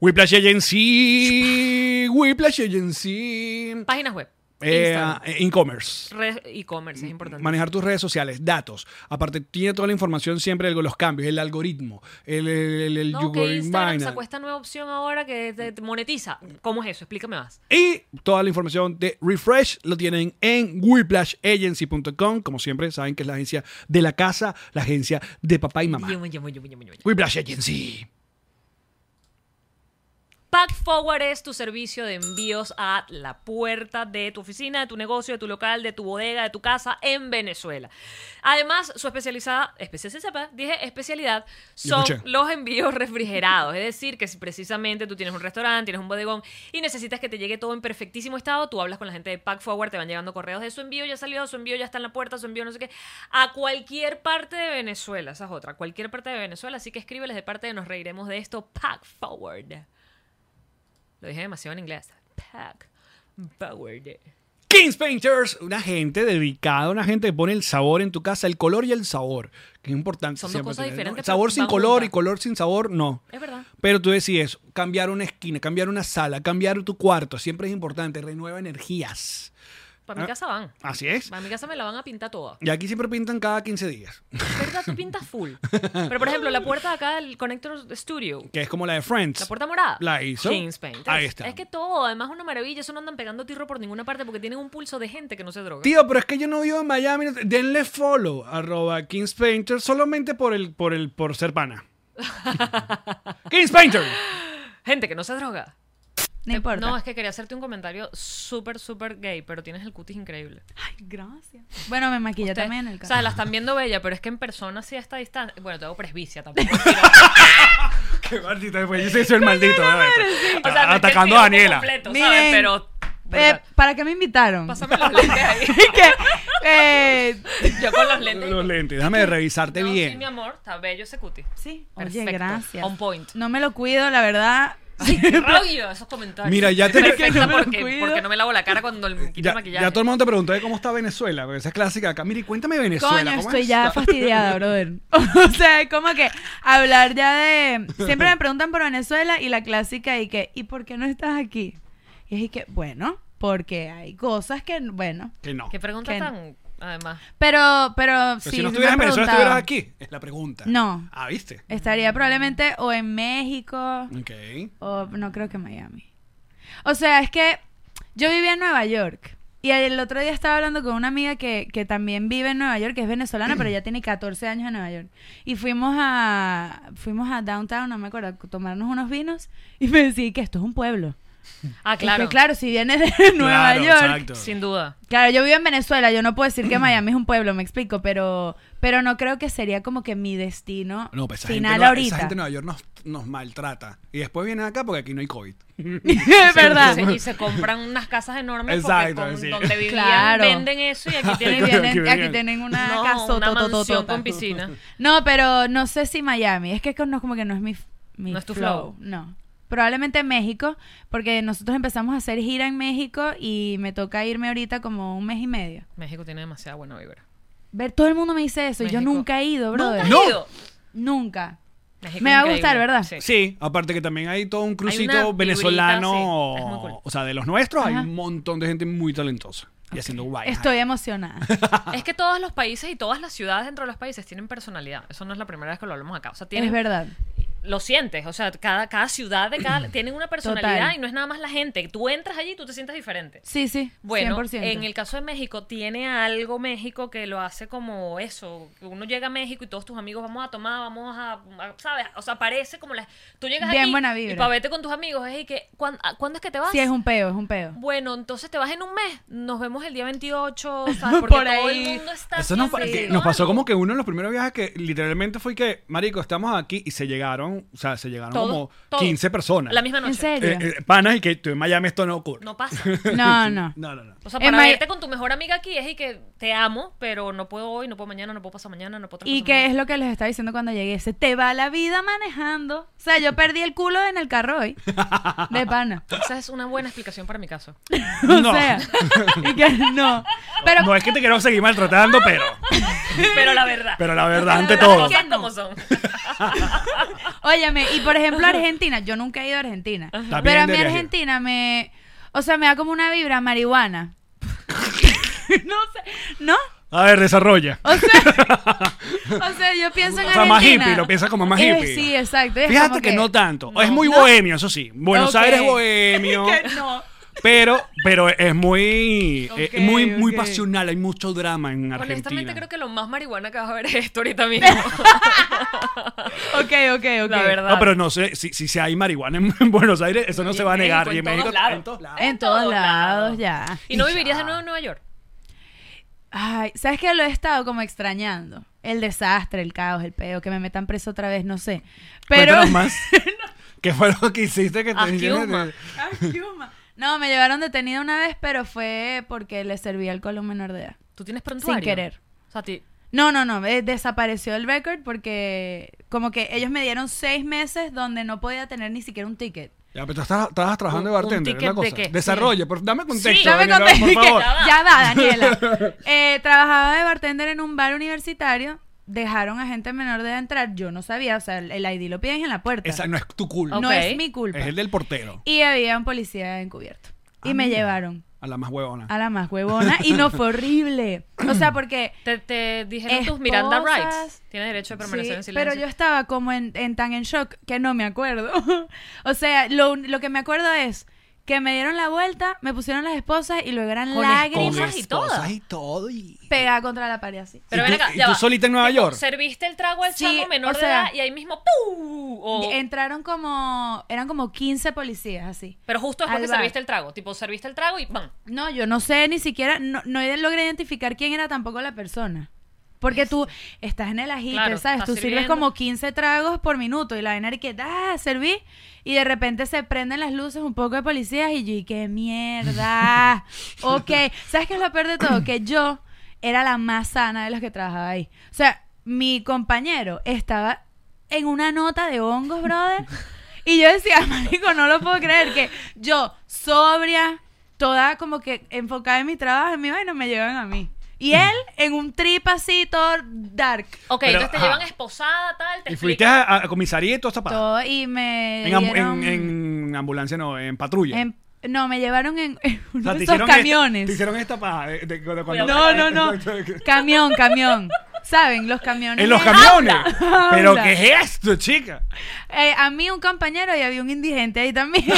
Speaker 2: Whiplash Agency, Whiplash Agency,
Speaker 4: Páginas web.
Speaker 2: Eh,
Speaker 4: Instagram,
Speaker 2: eh, e-commerce.
Speaker 4: redes- e-commerce es importante.
Speaker 2: Manejar tus redes sociales, datos. Aparte, tiene toda la información siempre de los cambios, el algoritmo, el, el, el- el
Speaker 4: No, que
Speaker 2: algoritmo
Speaker 4: Instagram
Speaker 2: binary.
Speaker 4: sacó esta nueva opción ahora que te- te monetiza. ¿Cómo es eso? Explícame más.
Speaker 2: Y toda la información de Refresh lo tienen en whiplashagency.com. Como siempre, saben que es la agencia de la casa, la agencia de papá y mamá.
Speaker 4: Yum, yum, yum, yum, yum, yum.
Speaker 2: Whiplash Agency.
Speaker 4: Pack Forward es tu servicio de envíos a la puerta de tu oficina, de tu negocio, de tu local, de tu bodega, de tu casa en Venezuela. Además, su especializada, especialidad, sepa, dije especialidad, son
Speaker 2: escuché.
Speaker 4: los envíos refrigerados. Es decir, que si precisamente tú tienes un restaurante, tienes un bodegón y necesitas que te llegue todo en perfectísimo estado, tú hablas con la gente de Pack Forward, te van llegando correos de su envío ya salió, su envío ya está en la puerta, su envío no sé qué, a cualquier parte de Venezuela. Esa es otra, cualquier parte de Venezuela. Así que escríbeles de parte de Nos Reiremos de esto, Pack Forward. Lo dije demasiado en inglés. Pack. Forward.
Speaker 2: Kings Painters, una gente dedicada, una gente que pone el sabor en tu casa, el color y el sabor, que es importante.
Speaker 4: Son dos
Speaker 2: siempre
Speaker 4: cosas
Speaker 2: tener, ¿no?
Speaker 4: diferentes, pero
Speaker 2: Sabor sin
Speaker 4: van
Speaker 2: color
Speaker 4: juntas.
Speaker 2: y color sin sabor, no.
Speaker 4: Es verdad.
Speaker 2: Pero tú decides cambiar una esquina, cambiar una sala, cambiar tu cuarto, siempre es importante, renueva energías.
Speaker 4: Para mi
Speaker 2: Ah.
Speaker 4: casa van.
Speaker 2: Así es.
Speaker 4: Para mi casa me la van a pintar toda.
Speaker 2: Y aquí siempre pintan cada 15 días,
Speaker 4: ¿Verdad? Tú pintas full. Pero, por ejemplo, la puerta de acá del Connector Studio.
Speaker 2: que es como la de
Speaker 4: La
Speaker 2: Friends.
Speaker 4: puerta morada.
Speaker 2: La hizo.
Speaker 4: Kings Painters.
Speaker 2: Ahí está.
Speaker 4: Es que todo, además, es una maravilla. Eso no andan pegando tirro por ninguna parte porque tienen un pulso de gente que no se droga.
Speaker 2: Tío, pero es que yo no vivo en Miami. no- Denle follow arroba Kings Painters solamente por el por el por ser pana. Kings Painter.
Speaker 4: Gente que no se droga.
Speaker 5: No
Speaker 4: Te-
Speaker 5: importa.
Speaker 4: No, es que quería hacerte un comentario súper, súper gay, pero tienes el cutis increíble.
Speaker 5: Ay, gracias. Bueno, me maquilla
Speaker 4: Ustedes-
Speaker 5: también el
Speaker 4: O
Speaker 5: caso.
Speaker 4: sea, la están viendo bella, pero es que en persona sí a esta distancia. Bueno, tengo presbicia tampoco.
Speaker 2: Qué maldito después. Yo soy- soy el maldito. ¿no?
Speaker 4: O sea, no es que
Speaker 2: Atacando
Speaker 4: el
Speaker 2: a
Speaker 4: tiempo
Speaker 2: Daniela.
Speaker 4: completo, ¿sabes?
Speaker 5: Miren,
Speaker 4: Pero. ¿verdad?
Speaker 5: Eh, ¿Para qué me invitaron?
Speaker 4: Pásame los lentes ahí.
Speaker 5: que, eh,
Speaker 4: Yo con los lentes.
Speaker 2: Los lentes. Déjame revisarte
Speaker 4: No,
Speaker 2: bien.
Speaker 4: Sí, mi amor, está bello ese cuti.
Speaker 5: sí, oye,
Speaker 4: Perfecto.
Speaker 5: gracias.
Speaker 4: On point.
Speaker 5: No me lo cuido, la verdad.
Speaker 4: Ay, qué rabia esos comentarios.
Speaker 2: Mira, ya te-
Speaker 4: Perfecta
Speaker 5: Es que no me lo
Speaker 4: porque,
Speaker 5: cuido.
Speaker 4: porque no me lavo la cara cuando me quito
Speaker 2: ya,
Speaker 4: el maquillaje.
Speaker 2: ya todo el mundo te preguntó de cómo está Venezuela, porque esa es clásica acá. Mira, y cuéntame Venezuela.
Speaker 5: Coño,
Speaker 2: ¿cómo
Speaker 5: estoy ya
Speaker 2: está?
Speaker 5: fastidiada, brother. O sea, es como que hablar ya de. Siempre me preguntan por Venezuela y la clásica y que, ¿y por qué no estás aquí? Y es que, bueno, porque hay cosas que, bueno.
Speaker 2: Que no.
Speaker 4: Qué pregunta
Speaker 5: Que-
Speaker 4: tan. Además.
Speaker 5: Pero, pero,
Speaker 2: Pero
Speaker 5: sí,
Speaker 2: si no
Speaker 5: me
Speaker 2: estuvieras en Venezuela,
Speaker 5: han preguntado.
Speaker 2: estuvieras aquí. Es la pregunta.
Speaker 5: No.
Speaker 2: Ah, ¿viste?
Speaker 5: Estaría probablemente o en México.
Speaker 2: Ok.
Speaker 5: O no creo que Miami. O sea, es que yo vivía en Nueva York. Y el otro día estaba hablando con una amiga que, que también vive en Nueva York, que es venezolana, pero ya tiene 14 años en Nueva York. Y fuimos a fuimos a downtown, no me acuerdo, a tomarnos unos vinos y me decía que esto es un pueblo.
Speaker 4: Ah,
Speaker 5: Es que,
Speaker 4: claro.
Speaker 5: claro, si vienes de Nueva
Speaker 2: Claro,
Speaker 5: York.
Speaker 2: exacto.
Speaker 4: Sin duda.
Speaker 5: Claro, yo vivo en Venezuela, yo no puedo decir que Miami es un pueblo, me explico, pero pero no creo que sería como que mi destino
Speaker 2: No, pues esa
Speaker 5: final
Speaker 2: gente, no-
Speaker 5: ahorita.
Speaker 2: Esa gente en Nueva York nos, nos maltrata. Y después vienen acá porque aquí no hay COVID.
Speaker 5: Es verdad.
Speaker 4: Y se, y se compran unas casas enormes
Speaker 2: Exacto,
Speaker 4: porque con-
Speaker 2: sí.
Speaker 4: donde vivían
Speaker 5: Claro.
Speaker 4: venden eso y aquí
Speaker 5: Aquí
Speaker 4: tienen.
Speaker 2: Claro,
Speaker 5: tienen,
Speaker 2: que
Speaker 5: aquí
Speaker 2: bien.
Speaker 5: tienen una
Speaker 4: No,
Speaker 5: casa
Speaker 4: una mansión
Speaker 5: tota.
Speaker 4: con piscina.
Speaker 5: No, pero no sé si Miami. Es que es que no, como que no es mi, f- mi
Speaker 4: No es tu flow.
Speaker 5: No. Probablemente México, porque nosotros empezamos a hacer gira en México y me toca irme ahorita como un mes y medio.
Speaker 4: México tiene demasiada buena vibra.
Speaker 5: Ver, todo el mundo me dice eso. y Yo
Speaker 4: México.
Speaker 5: nunca he ido, brother.
Speaker 4: Nunca he
Speaker 2: No.
Speaker 4: ido.
Speaker 5: Nunca.
Speaker 4: México
Speaker 5: Me va a
Speaker 4: increíble.
Speaker 5: gustar, ¿verdad?
Speaker 4: Sí.
Speaker 2: Sí, aparte que también hay todo un
Speaker 4: una
Speaker 2: crucito
Speaker 4: vibrita,
Speaker 2: venezolano.
Speaker 4: sí, es muy cool.
Speaker 2: O sea, de los nuestros hay
Speaker 5: Ajá.
Speaker 2: un montón de gente muy talentosa. y haciendo guay.
Speaker 5: Estoy emocionada.
Speaker 4: Es que todos los países y todas las ciudades dentro de los países tienen personalidad. Eso no es la primera vez que lo hablamos acá. O sea, tienen,
Speaker 5: es verdad.
Speaker 4: Lo sientes. O sea, cada, cada ciudad de cada, tienen una personalidad
Speaker 5: Total.
Speaker 4: y no es nada más la gente. Tú entras allí y tú te sientes diferente.
Speaker 5: Sí, sí.
Speaker 4: Bueno,
Speaker 5: 100%.
Speaker 4: en el caso de México, tiene algo México que lo hace como eso. que Uno llega a México y todos tus amigos vamos a tomar, vamos a, a- ¿sabes? O sea, parece como la... Tú llegas
Speaker 5: Bien
Speaker 4: aquí
Speaker 5: buena vibra.
Speaker 4: y para verte con tus amigos es y que, ¿cuán- a- ¿cuándo es que te vas?
Speaker 5: Sí, es un peo, es un peo.
Speaker 4: Bueno, entonces te vas en un mes. Nos vemos el día 28, o sea,
Speaker 5: Por
Speaker 4: porque todo
Speaker 5: ahí.
Speaker 4: el mundo está
Speaker 2: Eso nos, pa-
Speaker 4: haciendo
Speaker 2: que nos pasó
Speaker 4: algo.
Speaker 2: como que uno de los primeros viajes que literalmente fue que, marico, estamos aquí y se llegaron, o sea, se llegaron
Speaker 4: Todos,
Speaker 2: como
Speaker 4: todos.
Speaker 2: 15 personas.
Speaker 4: La misma noche.
Speaker 5: ¿En serio?
Speaker 2: Eh, eh, panas y que tú en Miami esto no ocurre.
Speaker 4: No pasa.
Speaker 5: No, no.
Speaker 2: No, no, no.
Speaker 4: O sea,
Speaker 5: En
Speaker 4: para
Speaker 5: Maya-
Speaker 4: verte con tu mejor amiga aquí es y que te amo, pero no puedo hoy, no puedo mañana, no puedo pasar mañana, no puedo otra
Speaker 5: Y
Speaker 4: cosa
Speaker 5: que
Speaker 4: mañana.
Speaker 5: es lo que les estaba diciendo cuando llegué. Se te va la vida manejando. O sea, yo perdí el culo en el carro hoy. De pana.
Speaker 4: Esa es una buena explicación para mi caso.
Speaker 5: O
Speaker 2: No.
Speaker 5: sea, y que no. Pero
Speaker 2: No es que te queramos seguir maltratando, pero,
Speaker 4: Pero la verdad.
Speaker 2: pero la verdad, ante
Speaker 4: Las
Speaker 2: todo.
Speaker 4: cosas como son.
Speaker 5: Óyeme, y por ejemplo Argentina, yo nunca he ido a Argentina,
Speaker 2: También
Speaker 5: pero a mí
Speaker 2: deberías ir.
Speaker 5: Argentina me, o sea, me da como una vibra marihuana. no sé, ¿no?
Speaker 2: A ver, desarrolla.
Speaker 5: O sea, o sea, yo pienso en
Speaker 2: O sea, más
Speaker 5: Argentina.
Speaker 2: hippie, lo piensas como más
Speaker 5: Eh,
Speaker 2: hippie.
Speaker 5: sí, exacto. y es
Speaker 2: Fíjate
Speaker 5: como
Speaker 2: que, no tanto.
Speaker 5: no,
Speaker 2: es muy
Speaker 5: no.
Speaker 2: bohemio, eso sí. Buenos
Speaker 5: Ok.
Speaker 2: Aires es bohemio.
Speaker 5: Que no.
Speaker 2: Pero, pero es muy, eh,
Speaker 5: Ok,
Speaker 2: muy, muy
Speaker 5: ok.
Speaker 2: pasional. Hay mucho drama en Argentina.
Speaker 4: Honestamente, creo que lo más marihuana que vas a ver es esto ahorita mismo.
Speaker 5: Ok, ok, ok.
Speaker 4: La verdad.
Speaker 2: No, pero no sé, si, si, si hay marihuana en, en Buenos Aires, eso no
Speaker 4: Y
Speaker 2: se
Speaker 4: en
Speaker 2: va a negar.
Speaker 4: México,
Speaker 2: Y en
Speaker 4: en
Speaker 2: México,
Speaker 4: todos lados.
Speaker 2: en todos lados.
Speaker 5: En todos lados ya.
Speaker 4: ¿Y no vivirías de nuevo en Nueva York?
Speaker 5: Ay, ¿sabes qué? Lo he estado como extrañando. El desastre, el caos, el peo, que me metan preso otra vez, no sé. Pero
Speaker 2: Cuéntanos más. ¿Qué fue lo que hiciste que te
Speaker 4: Haz Yuma.
Speaker 5: Ay, Yuma. No, me llevaron detenida una vez, pero fue porque le serví alcohol a un menor de edad.
Speaker 4: ¿Tú tienes prontuario?
Speaker 5: Sin querer.
Speaker 4: O sea, ti-
Speaker 5: No, no, no, eh, desapareció el record porque como que ellos me dieron seis meses donde no podía tener ni siquiera un ticket.
Speaker 2: Ya, pero tú estabas, estabas trabajando de
Speaker 4: Un- un
Speaker 2: bartender, es la
Speaker 4: ticket de
Speaker 2: cosa.
Speaker 4: qué?
Speaker 2: Desarrolla, por- dame contexto.
Speaker 4: Sí, dame
Speaker 2: Daniela,
Speaker 5: Entonces
Speaker 2: por
Speaker 5: dije,
Speaker 2: favor.
Speaker 5: ya va, Daniela. Eh, trabajaba de bartender en un bar universitario, dejaron a gente menor de edad entrar, yo no sabía, o sea, el el ID lo piden en la puerta.
Speaker 2: Esa no es tu culpa.
Speaker 5: No
Speaker 4: Ok.
Speaker 5: es mi culpa.
Speaker 2: Es el del portero.
Speaker 5: Y había un policía encubierto. y
Speaker 2: Ah,
Speaker 5: me
Speaker 2: mira.
Speaker 5: llevaron.
Speaker 2: A la más huevona.
Speaker 5: a la más huevona y no fue horrible. O sea, porque
Speaker 4: te, te dijeron tus
Speaker 5: Esposas.
Speaker 4: Miranda Rights. Tienes derecho a permanecer en
Speaker 5: sí,
Speaker 4: silencio.
Speaker 5: pero yo estaba como en, en tan en shock que no me acuerdo. o sea, lo, un- lo que me acuerdo es que me dieron la vuelta, me pusieron las esposas y luego eran
Speaker 4: Con
Speaker 5: lágrimas
Speaker 4: esposas y
Speaker 2: y
Speaker 4: todo.
Speaker 2: todo. y-
Speaker 5: pegadas contra la pared así.
Speaker 4: Pero
Speaker 2: ¿Y
Speaker 4: ven
Speaker 2: tú-
Speaker 4: acá,
Speaker 2: y
Speaker 4: ya
Speaker 2: tú
Speaker 4: va.
Speaker 2: solita en Nueva
Speaker 4: Tipo,
Speaker 2: York?
Speaker 4: Serviste el trago al
Speaker 5: Sí,
Speaker 4: chamo menor
Speaker 5: o sea-
Speaker 4: de edad y ahí mismo ¡pum! O-
Speaker 5: Entraron como eran como 15 policías así.
Speaker 4: pero justo después
Speaker 5: al
Speaker 4: que
Speaker 5: bar.
Speaker 4: serviste el trago. Tipo, serviste el trago y ¡pam!
Speaker 5: No, yo no sé ni siquiera, no, no logré identificar quién era tampoco la persona. Porque tú estás en el ajite,
Speaker 4: Claro,
Speaker 5: ¿sabes?
Speaker 4: estás
Speaker 5: Tú sirves
Speaker 4: sirviendo.
Speaker 5: como 15 tragos por minuto y la vaina era que, ah, serví. Y de repente se prenden las luces un poco de policías y yo, y qué mierda. ok, ¿sabes qué es lo peor de todo? Que yo era la más sana de los que trabajaba ahí. O sea, mi compañero estaba en una nota de hongos, brother. Y yo decía, marico, no lo puedo creer que yo, sobria, toda como que enfocada en mi trabajo, en mi vaina, me llevan a mí. Y él en un trip así, todo dark.
Speaker 4: Ok,
Speaker 2: Pero,
Speaker 4: entonces te
Speaker 2: ajá.
Speaker 4: llevan esposada, tal, te
Speaker 2: Y fuiste
Speaker 4: explican-
Speaker 2: a, a comisaría y toda esa parada.
Speaker 5: Todo, y me
Speaker 2: Ah. En, am-
Speaker 5: dieron-
Speaker 2: en- en ambulancia, no, en patrulla.
Speaker 5: en- no, me llevaron en, en
Speaker 2: O
Speaker 5: uno
Speaker 2: sea,
Speaker 5: de
Speaker 2: te
Speaker 5: esos
Speaker 2: hicieron esta-
Speaker 5: camiones.
Speaker 2: te hicieron esta paja. de- de- cuando- cuando-
Speaker 5: no, no, no. camión, camión. ¿Saben? Los camiones.
Speaker 2: En los
Speaker 5: de-
Speaker 2: camiones.
Speaker 5: Habla,
Speaker 2: Pero
Speaker 5: habla.
Speaker 2: ¿qué es esto, chica?
Speaker 5: Eh, a mí un compañero y había un indigente ahí también.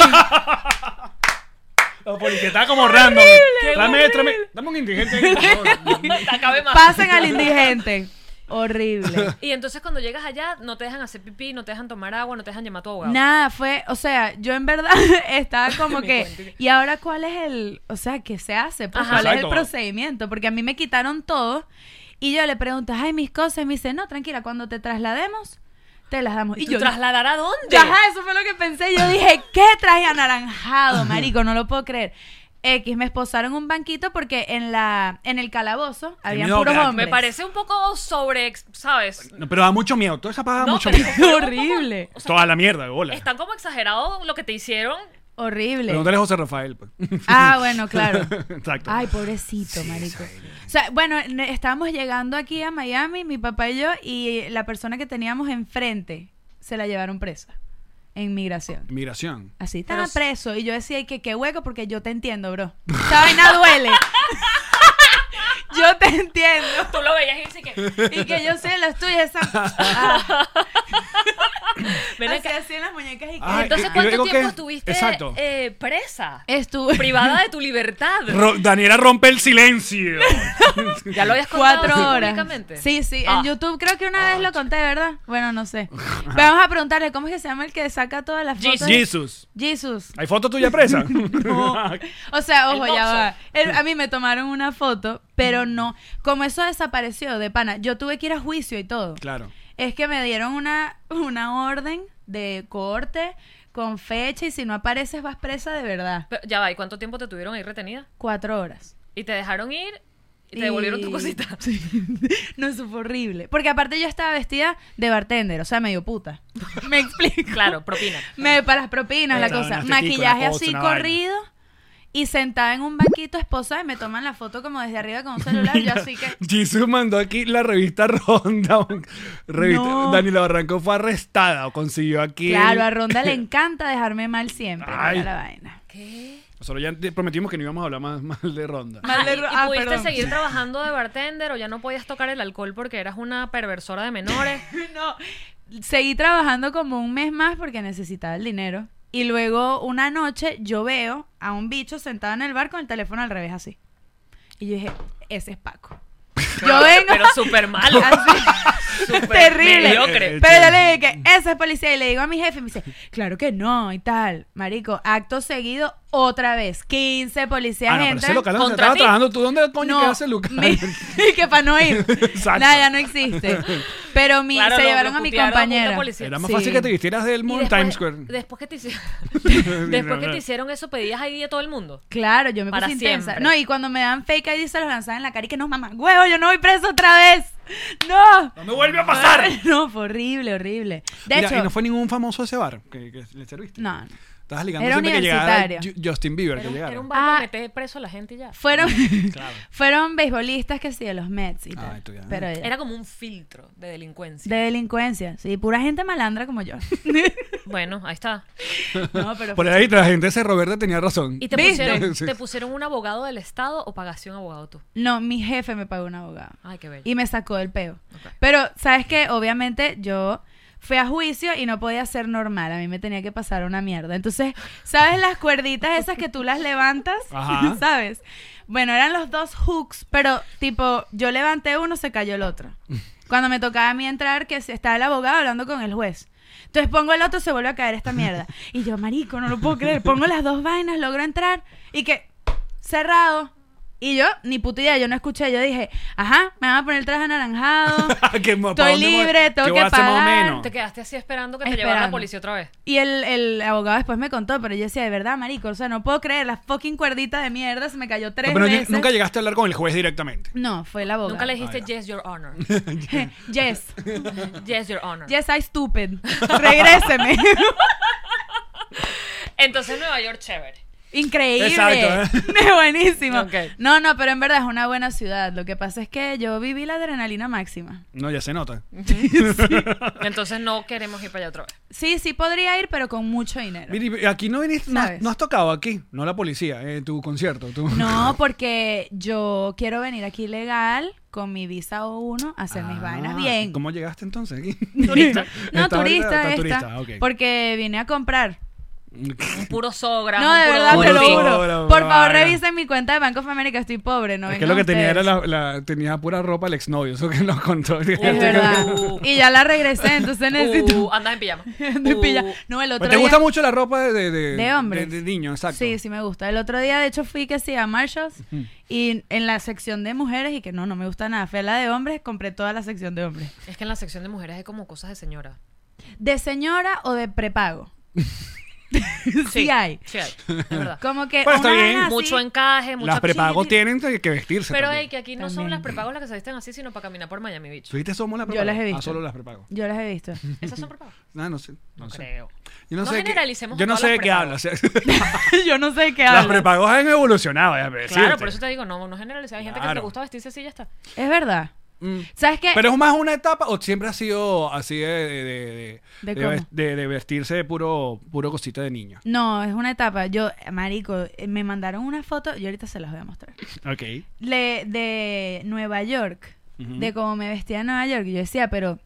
Speaker 2: La policía está como random.
Speaker 4: ¡Qué
Speaker 2: Dame,
Speaker 4: horrible!
Speaker 2: dame, dame un indigente ahí, por favor.
Speaker 4: Te acabe más.
Speaker 5: Pasan al indigente. Horrible.
Speaker 4: Y entonces cuando llegas allá, no te dejan hacer pipí, no te dejan tomar agua, no te dejan llamar a tu abogado.
Speaker 5: Nada, fue, o sea, yo en verdad estaba como que, ¿y ahora cuál es el, o sea, qué se hace? Pues,
Speaker 4: Ajá.
Speaker 5: ¿Cuál es el
Speaker 2: Exacto.
Speaker 5: procedimiento? Porque a mí me quitaron todo y yo le pregunto, ay, mis cosas, y me dice, no, tranquila, cuando te traslademos, te las damos.
Speaker 4: ¿Y
Speaker 5: Y
Speaker 4: tú
Speaker 5: yo,
Speaker 4: trasladar a dónde?
Speaker 5: Ajá, eso fue lo que pensé. Yo dije, ¿qué traje anaranjado, marico? No lo puedo creer. X, me esposaron un banquito porque en la en el calabozo había
Speaker 2: miedo,
Speaker 5: puros
Speaker 2: que-
Speaker 5: hombres.
Speaker 4: Me parece un poco sobre, ¿sabes?
Speaker 2: No, pero da mucho miedo. Toda esa paja da
Speaker 4: No,
Speaker 2: mucho
Speaker 4: pero-
Speaker 2: miedo.
Speaker 5: horrible.
Speaker 2: Toda la mierda, de bola.
Speaker 4: Están como exagerados lo que te hicieron.
Speaker 5: Horrible.
Speaker 2: Pregúntale a José Rafael. pues.
Speaker 5: Ah, bueno, claro.
Speaker 2: Exacto.
Speaker 5: Ay, pobrecito, marico. O sea, bueno, ne- estábamos llegando aquí a Miami, mi papá y yo, y la persona que teníamos enfrente se la llevaron presa en migración.
Speaker 2: Migración.
Speaker 5: Así,
Speaker 4: Pero
Speaker 5: estaba
Speaker 4: s-
Speaker 5: preso. Y yo decía, "Ay, que qué hueco, porque yo te entiendo, bro. Esta vaina duele. Yo te entiendo.
Speaker 4: Tú lo veías y dices que.
Speaker 5: Y que yo sé las tuyas. Esa... Ah,
Speaker 4: Ven
Speaker 5: así
Speaker 4: acá.
Speaker 5: hacían las muñecas y que...
Speaker 2: Ay,
Speaker 4: Entonces,
Speaker 2: y- y
Speaker 4: ¿cuánto
Speaker 2: luego
Speaker 4: tiempo
Speaker 2: qué?
Speaker 4: estuviste
Speaker 2: Exacto.
Speaker 4: eh, presa?
Speaker 5: Estuve
Speaker 4: Privada de tu libertad.
Speaker 2: Ro- Daniela rompe el silencio.
Speaker 4: ya lo habías contado así
Speaker 5: cuatro horas.
Speaker 4: públicamente.
Speaker 5: Sí, sí.
Speaker 4: Ah.
Speaker 5: En YouTube creo que una
Speaker 2: Ah,
Speaker 5: vez lo conté, ¿verdad? Bueno, no sé. Vamos a preguntarle, ¿cómo es que se llama el que saca todas las
Speaker 4: Jesus.
Speaker 5: fotos?
Speaker 2: Jesus.
Speaker 5: Jesus.
Speaker 2: ¿Hay foto tuya presa? Ah,
Speaker 5: O sea, ojo,
Speaker 4: El
Speaker 5: ya
Speaker 4: boxer.
Speaker 5: va. El- a mí me tomaron una foto, pero
Speaker 2: Mm.
Speaker 5: no. Como eso desapareció de pana, yo tuve que ir a juicio y todo.
Speaker 2: claro.
Speaker 5: Es que me dieron una, una orden de corte con fecha y si no apareces vas presa de verdad.
Speaker 4: Pero, ya va, ¿y cuánto tiempo te tuvieron ahí retenida?
Speaker 5: Cuatro horas.
Speaker 4: Y te dejaron ir y te devolvieron tu
Speaker 5: Y-
Speaker 4: cosita.
Speaker 5: Sí. No, eso fue horrible. Porque aparte yo estaba vestida de bartender, o sea, medio puta. Me explico.
Speaker 4: Claro, propina.
Speaker 5: Me, para las propinas, la
Speaker 2: Claro,
Speaker 5: cosa.
Speaker 2: unas teticos,
Speaker 5: Maquillaje
Speaker 2: una cosa,
Speaker 5: así
Speaker 2: una
Speaker 5: corrido. Y sentada en un banquito esposa y me toman la foto como desde arriba con un celular. yo así que.
Speaker 2: Jesus mandó aquí la revista Ronda. un- revista-
Speaker 5: No.
Speaker 2: Daniela Barranco fue arrestada o consiguió aquí.
Speaker 5: Claro, a Ronda le encanta dejarme mal siempre.
Speaker 2: Ay.
Speaker 5: mira la vaina.
Speaker 4: ¿Qué?
Speaker 2: Nosotros ya te prometimos que no íbamos a hablar más mal de Ronda.
Speaker 5: Mal de
Speaker 4: ¿y,
Speaker 5: ro-
Speaker 4: y
Speaker 5: ah,
Speaker 4: pudiste
Speaker 5: perdón.
Speaker 4: seguir trabajando de bartender o ya no podías tocar el alcohol porque eras una perversora de menores?
Speaker 5: No. Seguí trabajando como un mes más porque necesitaba el dinero. Y luego una noche yo veo a un bicho sentado en el bar con el teléfono al revés así. Y yo dije, ese es Paco. Yo vengo.
Speaker 4: Pero súper malo.
Speaker 5: Así.
Speaker 4: Súper
Speaker 5: terrible.
Speaker 2: Eh,
Speaker 4: mediocre.
Speaker 5: Pero yo
Speaker 2: Ah,
Speaker 5: le dije que ese es policía y le digo a mi jefe, me dice, claro que no y tal. Marico, acto seguido otra vez. 15 policías
Speaker 2: Ah, no, pero ese
Speaker 5: entran.
Speaker 2: local donde
Speaker 4: Contra
Speaker 2: estaba
Speaker 4: ti.
Speaker 2: trabajando, ¿tú dónde coño
Speaker 5: No,
Speaker 2: quedaste, Lucas?
Speaker 5: mi- que para no ir.
Speaker 2: Exacto.
Speaker 5: Nada, ya no existe. Pero mi,
Speaker 4: Claro,
Speaker 5: se
Speaker 4: lo-
Speaker 5: llevaron
Speaker 4: lo
Speaker 5: a mi
Speaker 4: putearon junto a
Speaker 5: compañera.
Speaker 4: policía.
Speaker 2: Era más
Speaker 5: Sí.
Speaker 2: fácil que te vistieras del
Speaker 4: Y
Speaker 2: mundo en
Speaker 4: después-
Speaker 2: Times Square.
Speaker 4: Después que te hicieron,
Speaker 2: No,
Speaker 4: después que
Speaker 2: no.
Speaker 4: te hicieron eso, pedías ahí a todo el mundo.
Speaker 5: Claro, yo me
Speaker 4: Para
Speaker 5: puse intensa.
Speaker 4: siempre.
Speaker 5: No, y cuando me dan fake ID se los lanzaban en la cara y que no, mamá, huevo, yo no voy preso otra vez. No.
Speaker 2: ¡No me vuelve a pasar!
Speaker 5: No, fue horrible, horrible. De
Speaker 2: Mira,
Speaker 5: hecho,
Speaker 2: y no fue ningún famoso ese bar que, que le serviste.
Speaker 5: no, no.
Speaker 2: Estabas ligando
Speaker 5: Era
Speaker 2: siempre que llegara
Speaker 5: universitario.
Speaker 2: Ju- Justin Bieber.
Speaker 4: Era
Speaker 2: que
Speaker 4: un,
Speaker 2: llegara.
Speaker 4: era un bar para
Speaker 5: Ah.
Speaker 4: meter preso a la gente y ya.
Speaker 5: Fueron,
Speaker 2: Claro.
Speaker 5: fueron beisbolistas que sí, de los Mets y
Speaker 2: Ah,
Speaker 5: tal.
Speaker 2: tú ya.
Speaker 5: Pero
Speaker 4: Era como un filtro de delincuencia.
Speaker 5: de delincuencia, sí, pura gente malandra como yo.
Speaker 4: Bueno, ahí está.
Speaker 5: no, pero
Speaker 2: Por ahí la gente de Roberta tenía razón.
Speaker 4: ¿Y te
Speaker 5: ¿Viste?
Speaker 4: pusieron,
Speaker 2: Sí.
Speaker 4: te pusieron un abogado del Estado o pagaste un abogado tú?
Speaker 5: no, mi jefe me pagó un abogado
Speaker 2: Ah,
Speaker 4: Ay, qué bello.
Speaker 5: y me sacó del peo.
Speaker 4: Ok.
Speaker 5: Pero sabes que obviamente yo fui a juicio y no podía ser normal, a mí me tenía que pasar una mierda. Entonces, ¿sabes las cuerditas esas que tú las levantas?
Speaker 2: Ajá.
Speaker 5: ¿Sabes? Bueno, eran los dos hooks, pero tipo, yo levanté uno, se cayó el otro. Cuando me tocaba a mí entrar, que se- estaba el abogado hablando con el juez. Entonces pongo el otro, se vuelve a caer esta mierda. Y yo, marico, no lo puedo creer. Pongo las dos vainas, logro entrar y que cerrado. Y yo, ni puta idea, yo no escuché. Yo dije, ajá, me van a poner el traje anaranjado.
Speaker 2: Ah, Que mo- ¿pa'
Speaker 5: Estoy
Speaker 2: dónde voy?
Speaker 5: libre,
Speaker 2: ¿Qué
Speaker 5: tengo que
Speaker 2: voy a hacer más o
Speaker 5: pagar,
Speaker 2: menos?
Speaker 4: Te quedaste así esperando que te
Speaker 5: Esperando.
Speaker 4: llevara la policía otra vez.
Speaker 5: Y el, el abogado después me contó, pero yo decía, de verdad, marico, o sea, no puedo creer, la fucking cuerdita de mierda se me cayó tres
Speaker 2: No, pero ni-
Speaker 5: veces.
Speaker 2: nunca llegaste a hablar con el juez directamente.
Speaker 5: No, fue el abogado.
Speaker 4: Nunca
Speaker 2: Ah,
Speaker 4: le dijiste yes, your honor.
Speaker 5: Yes.
Speaker 4: Yes, your honor.
Speaker 5: Yes, I stupid. Regréseme.
Speaker 4: Entonces Nueva York, chévere.
Speaker 5: Increíble.
Speaker 2: Exacto, ¿eh?
Speaker 5: Buenísimo.
Speaker 4: Ok.
Speaker 5: No, no, pero en verdad es una buena ciudad. Lo que pasa es que yo viví la adrenalina máxima.
Speaker 2: No, ya se nota.
Speaker 4: Entonces no queremos ir para allá otra vez.
Speaker 5: Sí, sí podría ir, pero con mucho dinero.
Speaker 2: Mira, y aquí no viniste, no,
Speaker 5: ¿Sabes?
Speaker 2: no has tocado aquí, no la policía, eh, tu concierto. tú.
Speaker 5: No, porque yo quiero venir aquí legal con mi visa O1 a hacer mis
Speaker 2: Ah,
Speaker 5: vainas bien.
Speaker 2: ¿Cómo llegaste entonces aquí?
Speaker 4: Turista.
Speaker 5: No,
Speaker 2: Está
Speaker 5: turista
Speaker 2: ahorita-
Speaker 5: esta.
Speaker 2: está turista, ok.
Speaker 5: Porque vine a comprar.
Speaker 4: Un puro sogra.
Speaker 5: No,
Speaker 4: un
Speaker 5: de
Speaker 4: puro
Speaker 5: verdad, te lo
Speaker 4: Burger King.
Speaker 2: Pobre,
Speaker 5: juro. Por favor,
Speaker 2: vaina.
Speaker 5: revisen mi cuenta de Bank of America. Estoy pobre, no
Speaker 2: es que
Speaker 5: vengan
Speaker 2: lo que tenía era
Speaker 5: ustedes.
Speaker 2: la, la- tenía pura ropa el exnovio, eso que nos contó.
Speaker 5: Es verdad. Y ya la regresé, entonces necesito.
Speaker 4: Uh, andas en pijama.
Speaker 5: De
Speaker 4: Uh,
Speaker 5: pilla- No, el otro
Speaker 2: Pues te
Speaker 5: día.
Speaker 2: gusta mucho la ropa de, de, de,
Speaker 5: De hombres.
Speaker 2: de- de niño, exacto.
Speaker 5: Sí, sí me gusta. El otro día, de hecho, fui que sí a Marshalls y en la sección de mujeres y que no, no me gusta nada. Fui a la de hombres, compré toda la sección de hombres.
Speaker 4: Es que en la sección de mujeres hay como cosas de señora.
Speaker 5: ¿De señora o de prepago? sí. hay.
Speaker 4: Sí hay. Es verdad.
Speaker 5: Como que
Speaker 2: Pues está
Speaker 5: una
Speaker 2: bien.
Speaker 5: vaina así-
Speaker 4: Mucho encaje, mucho
Speaker 2: Las prepago tienen que vestirse.
Speaker 4: Pero
Speaker 2: también.
Speaker 4: hey, que aquí no son
Speaker 5: También.
Speaker 4: las prepagos las que se visten así, sino para caminar por Miami Beach.
Speaker 2: ¿Tú viste somos las
Speaker 5: Yo
Speaker 2: prepago?
Speaker 5: las he
Speaker 2: Ah,
Speaker 5: visto.
Speaker 2: solo las prepago.
Speaker 5: Yo las he visto.
Speaker 4: ¿Esas son prepagos?
Speaker 2: Ah, no sé. No,
Speaker 4: No,
Speaker 2: sé.
Speaker 4: creo.
Speaker 2: Yo no,
Speaker 4: No
Speaker 2: sé de qué-
Speaker 4: generalicemos
Speaker 2: Yo
Speaker 4: a
Speaker 2: no
Speaker 4: todas
Speaker 2: sé de
Speaker 4: las
Speaker 2: qué habla.
Speaker 4: prepagos.
Speaker 5: Yo no sé de qué
Speaker 2: las
Speaker 5: hablo.
Speaker 2: prepagos han evolucionado, déjame
Speaker 4: Claro,
Speaker 2: decirte.
Speaker 4: por eso te digo, no, no generalizar. Hay gente que le
Speaker 2: Claro.
Speaker 4: gusta vestirse así y ya está.
Speaker 5: Es verdad.
Speaker 4: Eh,
Speaker 5: ¿Sabes qué?
Speaker 2: Mm. Pero es más una etapa o siempre ha sido así de de, de-
Speaker 5: ¿De
Speaker 2: de
Speaker 5: cómo?
Speaker 2: ves- de- de vestirse de puro puro cosita de niño.
Speaker 5: No, es una etapa. Yo, marico, eh, me mandaron una foto y ahorita se las voy a mostrar.
Speaker 4: Mm.
Speaker 2: Ok.
Speaker 5: Le- de Nueva York,
Speaker 2: Ujú.
Speaker 5: de cómo me vestía en Nueva York. Y yo decía, pero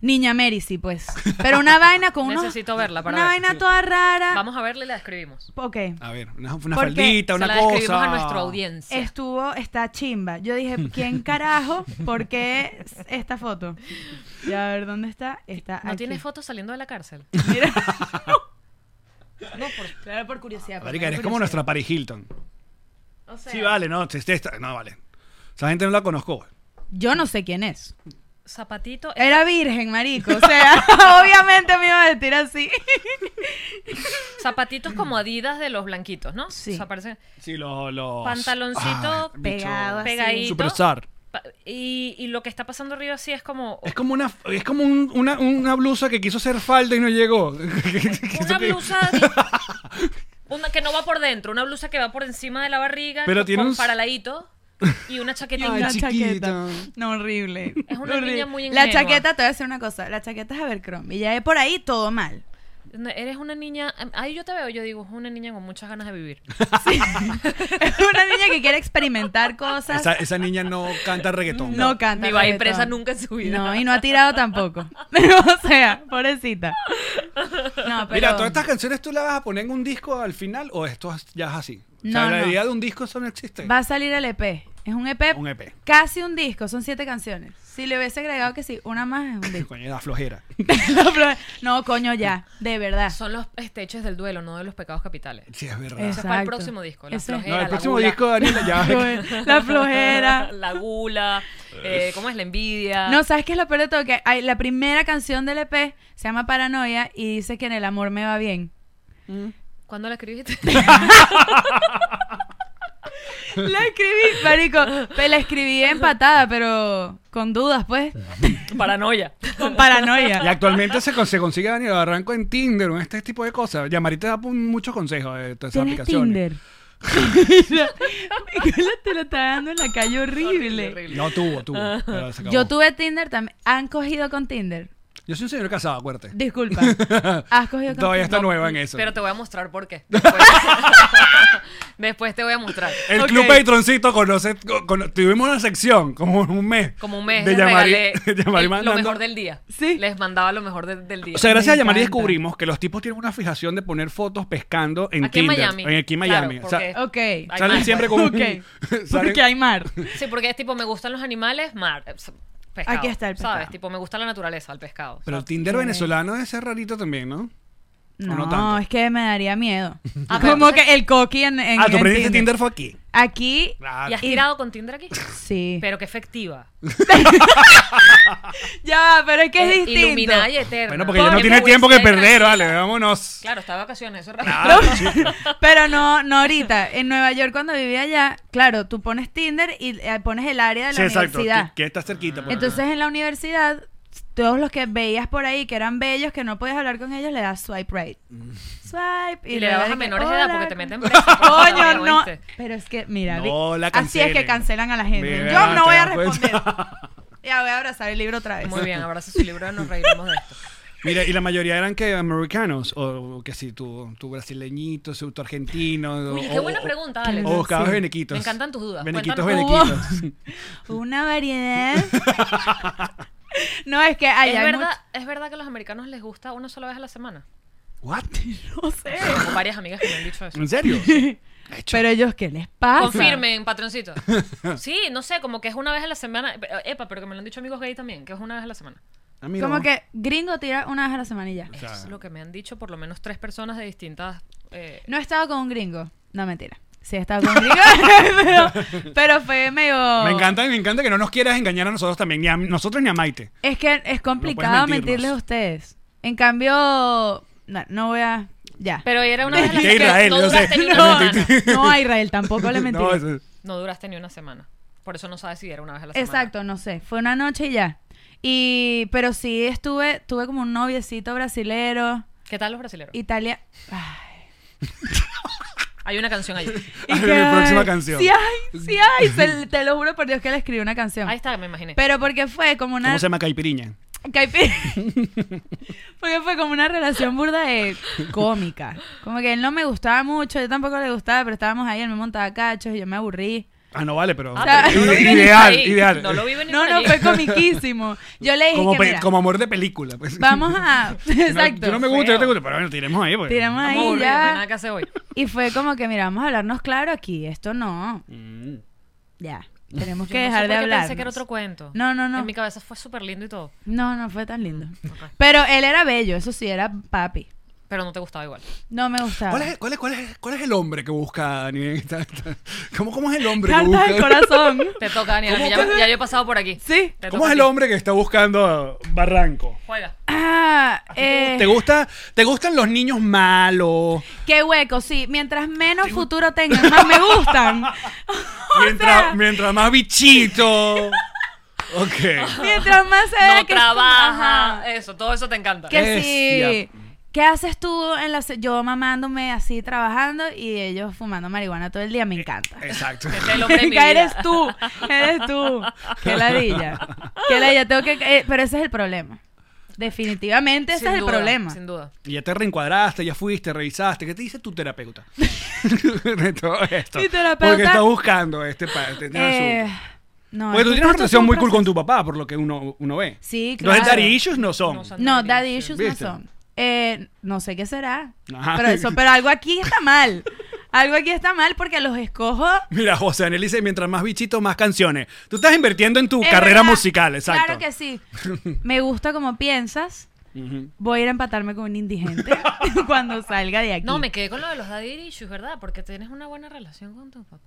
Speaker 5: niña Mary sí, pues. Pero una vaina con unos,
Speaker 4: Necesito verla para
Speaker 5: una
Speaker 4: ver.
Speaker 5: vaina toda rara.
Speaker 4: Vamos a verla y la describimos.
Speaker 5: Ok.
Speaker 2: A ver, una, una
Speaker 5: Porque
Speaker 2: faldita,
Speaker 4: Se
Speaker 2: una
Speaker 4: la
Speaker 2: cosa.
Speaker 4: describimos a nuestra audiencia.
Speaker 5: Estuvo esta chimba. Yo dije, ¿quién carajo? ¿Por qué s- esta foto? Y a ver, ¿dónde está? Está
Speaker 4: ¿No
Speaker 5: aquí.
Speaker 4: tienes fotos saliendo de la cárcel?
Speaker 5: Mira. no, por, claro, por curiosidad. por
Speaker 2: Marica,
Speaker 5: mera
Speaker 2: eres como
Speaker 5: curiosidad.
Speaker 2: nuestra Paris Hilton.
Speaker 5: O sea,
Speaker 2: Sí, vale, no, te- te- te- no vale. Esa gente no la conozco.
Speaker 5: Yo no sé quién es.
Speaker 4: Zapatito. eh,
Speaker 5: Era virgen, marico. O sea, obviamente me iba a vestir así.
Speaker 4: Zapatitos como adidas de los blanquitos, ¿no?
Speaker 5: Sí.
Speaker 4: O sea, parece-
Speaker 2: Sí, los. los
Speaker 4: Pantaloncito
Speaker 2: bicho,
Speaker 5: pegado así.
Speaker 4: pegadito.
Speaker 2: Superstar.
Speaker 4: pa- Y, y lo que está pasando arriba sí es como
Speaker 2: Es como una, es como un- una, una blusa que quiso ser falda y no llegó.
Speaker 4: una blusa una que no va por dentro, una blusa que va por encima de la barriga,
Speaker 2: Pero
Speaker 4: con-
Speaker 2: tiene
Speaker 4: con
Speaker 2: un-
Speaker 4: paraladito y una chaquetita.
Speaker 2: Ay,
Speaker 5: la
Speaker 2: chiquita.
Speaker 5: chaqueta. No, horrible.
Speaker 4: Es una
Speaker 5: Horrible.
Speaker 4: niña muy
Speaker 5: La
Speaker 4: ingenua.
Speaker 5: chaqueta, te voy a decir una cosa. La chaqueta es Abercrombie. Ya es por ahí todo mal.
Speaker 4: No, Eres una niña, em, ahí yo te veo, yo digo, es una niña con muchas ganas de vivir.
Speaker 5: Es una niña que quiere experimentar cosas.
Speaker 2: Esa, esa niña no canta reggaetón.
Speaker 5: No canta.
Speaker 4: Ni va a ir
Speaker 5: reggaetón.
Speaker 4: presa nunca en su vida.
Speaker 5: No, y no ha tirado tampoco. o sea, pobrecita. No, pero...
Speaker 2: Mira, ¿todas estas canciones tú las vas a poner en un disco al final o esto es- ya es así? O sea,
Speaker 5: No,
Speaker 2: la
Speaker 5: no.
Speaker 2: idea de un disco eso no existe.
Speaker 5: Va a salir el EP. Es un EP.
Speaker 2: Un E EP.
Speaker 5: Casi un disco. Son siete canciones. Si le hubiese agregado que sí, una más es un disco.
Speaker 2: Coño, da flojera.
Speaker 5: no, coño, ya. De verdad.
Speaker 4: Son los esteches del duelo, no de los pecados capitales.
Speaker 2: Sí, es verdad.
Speaker 4: Ese
Speaker 5: Exacto.
Speaker 4: es para el próximo disco, la
Speaker 5: Ese-
Speaker 4: flojera,
Speaker 2: No, el
Speaker 4: la
Speaker 2: próximo
Speaker 4: gula.
Speaker 2: disco, Daniela, ya
Speaker 5: La flojera.
Speaker 4: la gula, eh, ¿cómo es la envidia?
Speaker 5: No, ¿sabes qué es lo peor de todo? Que hay, la primera canción del EP se llama Paranoia y dice que en el amor me va bien.
Speaker 4: ¿Cuándo la escribiste?
Speaker 5: La escribí, marico. Pero la escribí empatada, pero con dudas, pues.
Speaker 4: Paranoia.
Speaker 5: Con paranoia.
Speaker 2: Y actualmente se, con- se consigue Daniela Barranco en Tinder o en este tipo de cosas. Yamari te da pu- muchos consejos de todas esas
Speaker 5: Tienes
Speaker 2: aplicaciones.
Speaker 5: Tinder. Nicola te lo está dando en la calle horrible.
Speaker 2: No tuvo, tuvo. pero se acabó.
Speaker 5: Yo tuve Tinder también. ¿Han cogido con Tinder?
Speaker 2: Yo soy un señor casado, acuérdate.
Speaker 5: Disculpa. ¿Has cogido con
Speaker 2: Todavía está
Speaker 5: Tinder?
Speaker 2: nueva en eso.
Speaker 4: Pero te voy a mostrar por qué. Después, Después te voy a mostrar.
Speaker 2: El
Speaker 5: Ok.
Speaker 2: Club Patroncito conoce, con- tuvimos una sección como un mes.
Speaker 4: Como un mes
Speaker 2: de
Speaker 4: les
Speaker 2: Yamari-
Speaker 4: regalé
Speaker 2: de Yamari
Speaker 4: el- lo
Speaker 2: mandando-
Speaker 4: mejor del día.
Speaker 5: Sí.
Speaker 4: Les mandaba lo mejor del- del día.
Speaker 2: O sea, gracias
Speaker 5: Me
Speaker 2: a Yamari
Speaker 5: encanta.
Speaker 2: descubrimos que los tipos tienen una fijación de poner fotos pescando en
Speaker 4: Aquí en
Speaker 2: Tinder.
Speaker 4: Miami.
Speaker 2: en- aquí en
Speaker 4: Claro,
Speaker 2: Miami. O sea,
Speaker 4: porque-
Speaker 5: Ok.
Speaker 4: Ay,
Speaker 2: salen
Speaker 4: mar,
Speaker 2: siempre
Speaker 4: pues.
Speaker 2: con un...
Speaker 5: Ok.
Speaker 2: salen-
Speaker 5: Porque hay mar.
Speaker 4: sí, porque es tipo, me gustan los animales, mar. eh, pescado,
Speaker 5: Aquí está el
Speaker 4: ¿Sabes?
Speaker 5: pescado.
Speaker 4: Tipo, me gusta la naturaleza, el pescado.
Speaker 2: Pero el Tinder venezolano debe ser rarito también, ¿no?
Speaker 5: No,
Speaker 2: no tanto.
Speaker 5: es que me daría miedo.
Speaker 4: Ah, pero
Speaker 5: Como
Speaker 4: entonces-
Speaker 5: que el coqui en, en-
Speaker 2: ah, tú
Speaker 5: en
Speaker 2: aprendiste Tinder fue aquí.
Speaker 5: Aquí,
Speaker 4: ¿Y
Speaker 2: Claro.
Speaker 4: has tirado con Tinder aquí?
Speaker 5: sí.
Speaker 4: Pero qué efectiva.
Speaker 5: ya, pero es que es
Speaker 4: Eh,
Speaker 5: distinto.
Speaker 4: Iluminada y eterna.
Speaker 2: Bueno, porque ya no tiene tiempo que perder, vale, vámonos.
Speaker 4: Claro, está de vacaciones, eso es
Speaker 2: Ah,
Speaker 4: raro.
Speaker 2: chica.
Speaker 5: Pero no, no ahorita. En Nueva York, cuando vivía allá, claro, tú pones Tinder y eh, pones el área de la
Speaker 2: Sí, exacto.
Speaker 5: universidad.
Speaker 2: Que, que está cerquita. pues. por
Speaker 5: Entonces en la universidad, todos los que veías por ahí que eran bellos, que no podías hablar con ellos, le das swipe right.
Speaker 2: Mm.
Speaker 5: Swipe.
Speaker 4: Y le dabas a
Speaker 5: das de que,
Speaker 4: menores de edad
Speaker 5: "Hola".
Speaker 4: porque te meten preso.
Speaker 5: Coño, no.
Speaker 4: ¿Oíste?
Speaker 5: Pero es que, mira, vi-
Speaker 2: No, la
Speaker 5: así es que
Speaker 2: cancelen.
Speaker 5: cancelan a la gente.
Speaker 2: Mira,
Speaker 5: Yo
Speaker 2: te
Speaker 5: no voy a
Speaker 2: das cuenta.
Speaker 5: responder. ya voy a abrazar el libro otra vez.
Speaker 4: Muy bien, abraza su libro, nos reiremos de esto.
Speaker 2: Mira, y la mayoría eran que americanos, o, o que sí, tu, tu brasileñito, su- tu argentino.
Speaker 4: Oye,
Speaker 2: o-
Speaker 4: qué buena
Speaker 2: o-
Speaker 4: pregunta,
Speaker 2: O,
Speaker 4: Alex.
Speaker 2: o buscabas
Speaker 5: Sí.
Speaker 2: benequitos.
Speaker 4: Me encantan tus dudas.
Speaker 2: Benequitos,
Speaker 4: Cuéntanos.
Speaker 2: benequitos.
Speaker 5: Una variedad. no, es que hay,
Speaker 4: ¿Es,
Speaker 5: hay
Speaker 4: verdad, ¿Es verdad que a los americanos les gusta una sola vez a la semana?
Speaker 2: ¿What?
Speaker 5: mucho- No sé.
Speaker 4: Tengo varias amigas que me han dicho eso.
Speaker 2: ¿En serio?
Speaker 5: Pero ellos, ¿qué les pasa?
Speaker 4: Confirmen, patroncito. Sí, no sé, como que es una vez a la semana. Pero, eh, Epa, pero que me lo han dicho amigos gay también, que es una vez a la semana.
Speaker 2: Ah, mira,
Speaker 5: Como
Speaker 2: vamos.
Speaker 5: que gringo tira una vez a la semana y ya.
Speaker 2: sea,
Speaker 4: Eso es lo que me han dicho por lo menos tres personas de distintas... eh,
Speaker 5: No he estado con un gringo. No, mentira. Sí he estado con un gringo. pero, pero fue medio...
Speaker 2: Me encanta, me encanta que no nos quieras engañar a nosotros también, ni a nosotros ni a Maite.
Speaker 5: Es que es complicado
Speaker 2: mentirnos.
Speaker 5: mentirles a ustedes. En cambio... No, no voy a... Ya.
Speaker 4: Pero era una vez a la
Speaker 2: Mentí a
Speaker 4: semana.
Speaker 2: Israel,
Speaker 4: no
Speaker 2: yo sé.
Speaker 4: duraste ni
Speaker 5: no,
Speaker 4: una semana.
Speaker 5: no, a Israel tampoco le mentí.
Speaker 2: No, eso-
Speaker 4: No duraste ni una semana. Por eso no sabes si era una vez a la semana.
Speaker 5: Exacto, no sé. Fue una noche y ya. Y... Pero sí estuve... Tuve como un noviecito brasilero.
Speaker 4: ¿Qué tal los brasileños?
Speaker 5: Italia... Ay.
Speaker 4: Hay una canción allí.
Speaker 5: Y
Speaker 2: Mi próxima
Speaker 5: ay,
Speaker 2: canción.
Speaker 5: Sí hay, sí hay. Se- te lo juro por Dios que le escribí una canción.
Speaker 4: Ahí está, me imaginé.
Speaker 5: Pero porque fue como una...
Speaker 2: ¿Cómo se llama Caipiriña?
Speaker 5: Caipi- Porque fue como una relación burda de cómica. Como que él no me gustaba mucho, yo tampoco le gustaba, pero estábamos ahí, él me montaba cachos y yo me aburrí.
Speaker 2: Ah, no vale, pero.
Speaker 4: Ah, pero no lo vi venir
Speaker 2: ideal,
Speaker 4: ahí.
Speaker 2: ideal.
Speaker 4: No lo vi venir
Speaker 5: No, no,
Speaker 4: ahí.
Speaker 5: fue comiquísimo. Yo le dije
Speaker 2: como,
Speaker 5: que
Speaker 2: pe-
Speaker 5: mira,
Speaker 2: como amor de película. Pues.
Speaker 5: vamos a...
Speaker 2: No,
Speaker 5: Exacto.
Speaker 2: Yo no me gusta, yo
Speaker 4: feo.
Speaker 2: te gusto, pero bueno, tiremos ahí. Pues.
Speaker 5: Tiramos
Speaker 4: Estamos
Speaker 5: ahí
Speaker 4: aburridos, no hay pues nada
Speaker 5: ya.
Speaker 4: que hacer hoy.
Speaker 5: Y fue como que, mira, vamos a hablarnos claro aquí. Esto no.
Speaker 2: Mm.
Speaker 5: Ya. Tenemos
Speaker 4: Yo
Speaker 5: que
Speaker 4: no sé
Speaker 5: dejar
Speaker 4: por
Speaker 5: de
Speaker 4: qué
Speaker 5: hablar.
Speaker 4: Pensé que era otro cuento.
Speaker 5: No, no, no.
Speaker 4: En mi cabeza fue súper lindo y todo.
Speaker 5: No, no fue tan lindo.
Speaker 4: Mm, ok.
Speaker 5: Pero él era bello, eso sí, era papi.
Speaker 4: Pero no te gustaba igual.
Speaker 5: No me gustaba.
Speaker 2: ¿Cuál, es, cuál, es, cuál, es, cuál es el hombre que busca Daniel? Está- está- ¿Cómo, ¿Cómo es el hombre que
Speaker 5: Cartas del
Speaker 2: busca?
Speaker 5: corazón.
Speaker 4: Te toca, Daniela,
Speaker 2: ¿Cómo
Speaker 4: que ya,
Speaker 2: que-
Speaker 4: ya yo he pasado por aquí.
Speaker 5: Sí.
Speaker 4: Te
Speaker 2: ¿Cómo es
Speaker 4: toca a
Speaker 2: el
Speaker 4: ti.
Speaker 2: hombre que está buscando a Barranco?
Speaker 4: Juega.
Speaker 5: Ah, eh,
Speaker 2: ¿Te, gusta, ¿Te gustan los niños malos?
Speaker 5: qué hueco, sí. Mientras menos futuro tengan, más me gustan. O
Speaker 2: Mientras,
Speaker 5: sea,
Speaker 2: mientras más bichito. Ok.
Speaker 5: mientras más se vea
Speaker 4: No
Speaker 5: que-
Speaker 4: trabaja.
Speaker 5: Ajá.
Speaker 4: Eso, todo eso te encanta.
Speaker 5: Que
Speaker 2: Es,
Speaker 5: sí. ¿Qué haces tú en la se- yo mamándome así trabajando y ellos fumando marihuana todo el día? Me encanta.
Speaker 2: Exacto.
Speaker 4: Este es el hombre de mi
Speaker 5: Que
Speaker 4: vida.
Speaker 5: eres tú, eres tú. Qué ladilla. Qué ladilla. Tengo que, eh, pero ese es el problema. Definitivamente ese
Speaker 4: Sin
Speaker 5: es el
Speaker 4: duda,
Speaker 5: problema.
Speaker 4: Sin duda.
Speaker 2: Y ya te reencuadraste, ya fuiste, revisaste. ¿Qué te dice tu terapeuta? de todo esto.
Speaker 5: Mi terapeuta-
Speaker 2: Porque está buscando este, pa- este
Speaker 5: Eh,
Speaker 2: asunto.
Speaker 5: no,
Speaker 2: Porque tú
Speaker 5: esto-
Speaker 2: tienes una
Speaker 5: esto es
Speaker 2: relación
Speaker 5: un
Speaker 2: muy cool
Speaker 5: proceso.
Speaker 2: con tu papá, por lo que uno, uno ve.
Speaker 5: Sí,
Speaker 2: Los
Speaker 5: claro.
Speaker 2: daddy issues no son.
Speaker 4: No son.
Speaker 5: No,
Speaker 4: Daddy
Speaker 5: daddy
Speaker 4: issues.
Speaker 5: issues
Speaker 2: ¿Viste?
Speaker 5: no son. Eh, no sé qué será.
Speaker 2: Ajá.
Speaker 5: Pero eso, pero algo aquí está mal. Algo aquí está mal porque los escojo.
Speaker 2: Mira, José Daniel dice, mientras más bichitos, más canciones. Tú estás invirtiendo en tu
Speaker 5: Es
Speaker 2: carrera
Speaker 5: verdad.
Speaker 2: musical, exacto.
Speaker 5: Claro que sí. Me gusta como piensas.
Speaker 2: Ujú.
Speaker 5: Voy a ir a empatarme con un indigente cuando salga de aquí.
Speaker 4: No, me quedé con lo de los daddy issues, ¿verdad? Porque tienes una buena relación con tu papá.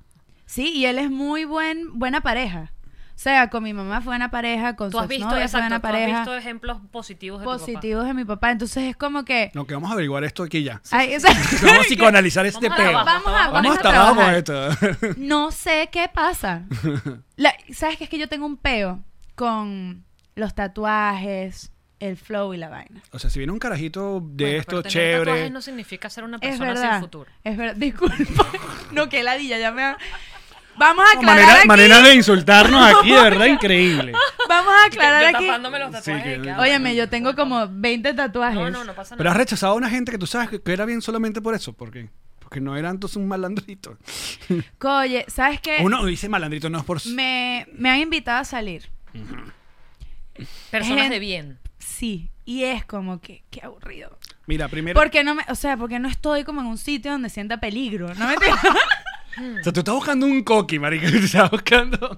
Speaker 5: Sí, y él es muy buen, buena pareja. O sea, con mi mamá fue una pareja, con
Speaker 4: Tú
Speaker 5: su
Speaker 4: has visto,
Speaker 5: exnovia fue
Speaker 4: exacto,
Speaker 5: una
Speaker 4: tú has visto
Speaker 5: pareja.
Speaker 4: ejemplos positivos de tu
Speaker 5: Positivos de mi papá. Entonces es como que...
Speaker 2: No, que vamos a averiguar esto aquí ya.
Speaker 5: Ay, o sea,
Speaker 2: Vamos a psicoanalizar este
Speaker 4: Vamos a
Speaker 2: peo.
Speaker 4: trabajar.
Speaker 5: vamos a,
Speaker 2: Vamos
Speaker 5: a
Speaker 2: hasta abajo con
Speaker 5: trabajar.
Speaker 2: esto.
Speaker 5: No sé qué pasa. La- ¿Sabes qué? Es que yo tengo un peo con los tatuajes, el flow y la vaina.
Speaker 2: O sea, si viene un carajito de
Speaker 4: Bueno,
Speaker 2: esto
Speaker 4: pero tener
Speaker 2: chévere.
Speaker 4: tatuajes no significa ser una
Speaker 5: Es
Speaker 4: persona
Speaker 5: verdad.
Speaker 4: sin futuro.
Speaker 5: Es verdad. Disculpa. No, que ladilla, ya me... ha- Vamos a
Speaker 2: No,
Speaker 5: aclarar
Speaker 2: manera,
Speaker 5: aquí.
Speaker 2: manera de insultarnos aquí, de verdad, increíble.
Speaker 5: Vamos a aclarar
Speaker 4: yo
Speaker 5: aquí.
Speaker 4: tapándome los tatuajes.
Speaker 2: Sí, que-
Speaker 4: de cada
Speaker 5: Óyeme,
Speaker 4: uno.
Speaker 5: yo tengo como 20 tatuajes.
Speaker 4: No, no, no pasa
Speaker 2: Pero
Speaker 4: nada.
Speaker 2: has rechazado a una gente que tú sabes que, que era bien solamente por eso. ¿Por qué? Porque no eran entonces un malandrito.
Speaker 5: Oye, ¿sabes qué?
Speaker 2: Uno dice malandrito, no es por.
Speaker 5: Me, me han invitado a salir.
Speaker 4: Personas
Speaker 5: Gen-
Speaker 4: de bien.
Speaker 5: Sí. Y es como que, qué aburrido.
Speaker 2: Mira, primero.
Speaker 5: Porque no me, o sea, porque no estoy como en un sitio donde sienta peligro. No me entiendes?
Speaker 2: O sea, tú estás buscando un coqui, marica. Tú estás buscando.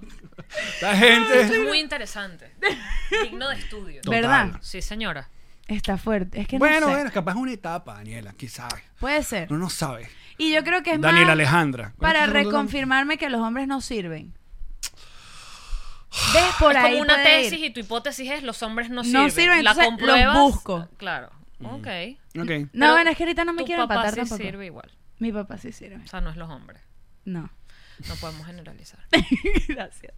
Speaker 2: La
Speaker 4: Esto es
Speaker 2: gente.
Speaker 4: muy interesante. Digno de estudio.
Speaker 2: Total.
Speaker 5: ¿Verdad?
Speaker 4: Sí, señora.
Speaker 5: Está fuerte. Es que
Speaker 2: Bueno,
Speaker 5: no sé.
Speaker 2: bueno, capaz es una etapa, Daniela. ¿Quién sabe?
Speaker 5: Puede ser.
Speaker 2: No no sabe.
Speaker 5: Y yo creo que es
Speaker 2: Daniela
Speaker 5: más
Speaker 2: Alejandra.
Speaker 5: para
Speaker 2: Bueno, tú- tú- tú-
Speaker 5: reconfirmarme que los hombres no sirven. ¿Ves? Por
Speaker 4: es
Speaker 5: ahí
Speaker 4: como una
Speaker 5: puede ir.
Speaker 4: tesis y tu hipótesis es los hombres no sirven.
Speaker 5: No sirven,
Speaker 4: la
Speaker 5: entonces los
Speaker 4: compruebas.
Speaker 5: busco.
Speaker 4: Claro. Ok.
Speaker 2: Ok.
Speaker 5: No,
Speaker 4: Pero
Speaker 5: bueno, es que ahorita no me
Speaker 4: tu
Speaker 5: quiero
Speaker 4: papá
Speaker 5: empatar
Speaker 4: sí
Speaker 5: tampoco.
Speaker 4: sirve igual.
Speaker 5: Mi papá sí sirve.
Speaker 4: O sea, no es los hombres.
Speaker 5: No.
Speaker 4: No podemos generalizar.
Speaker 5: Gracias.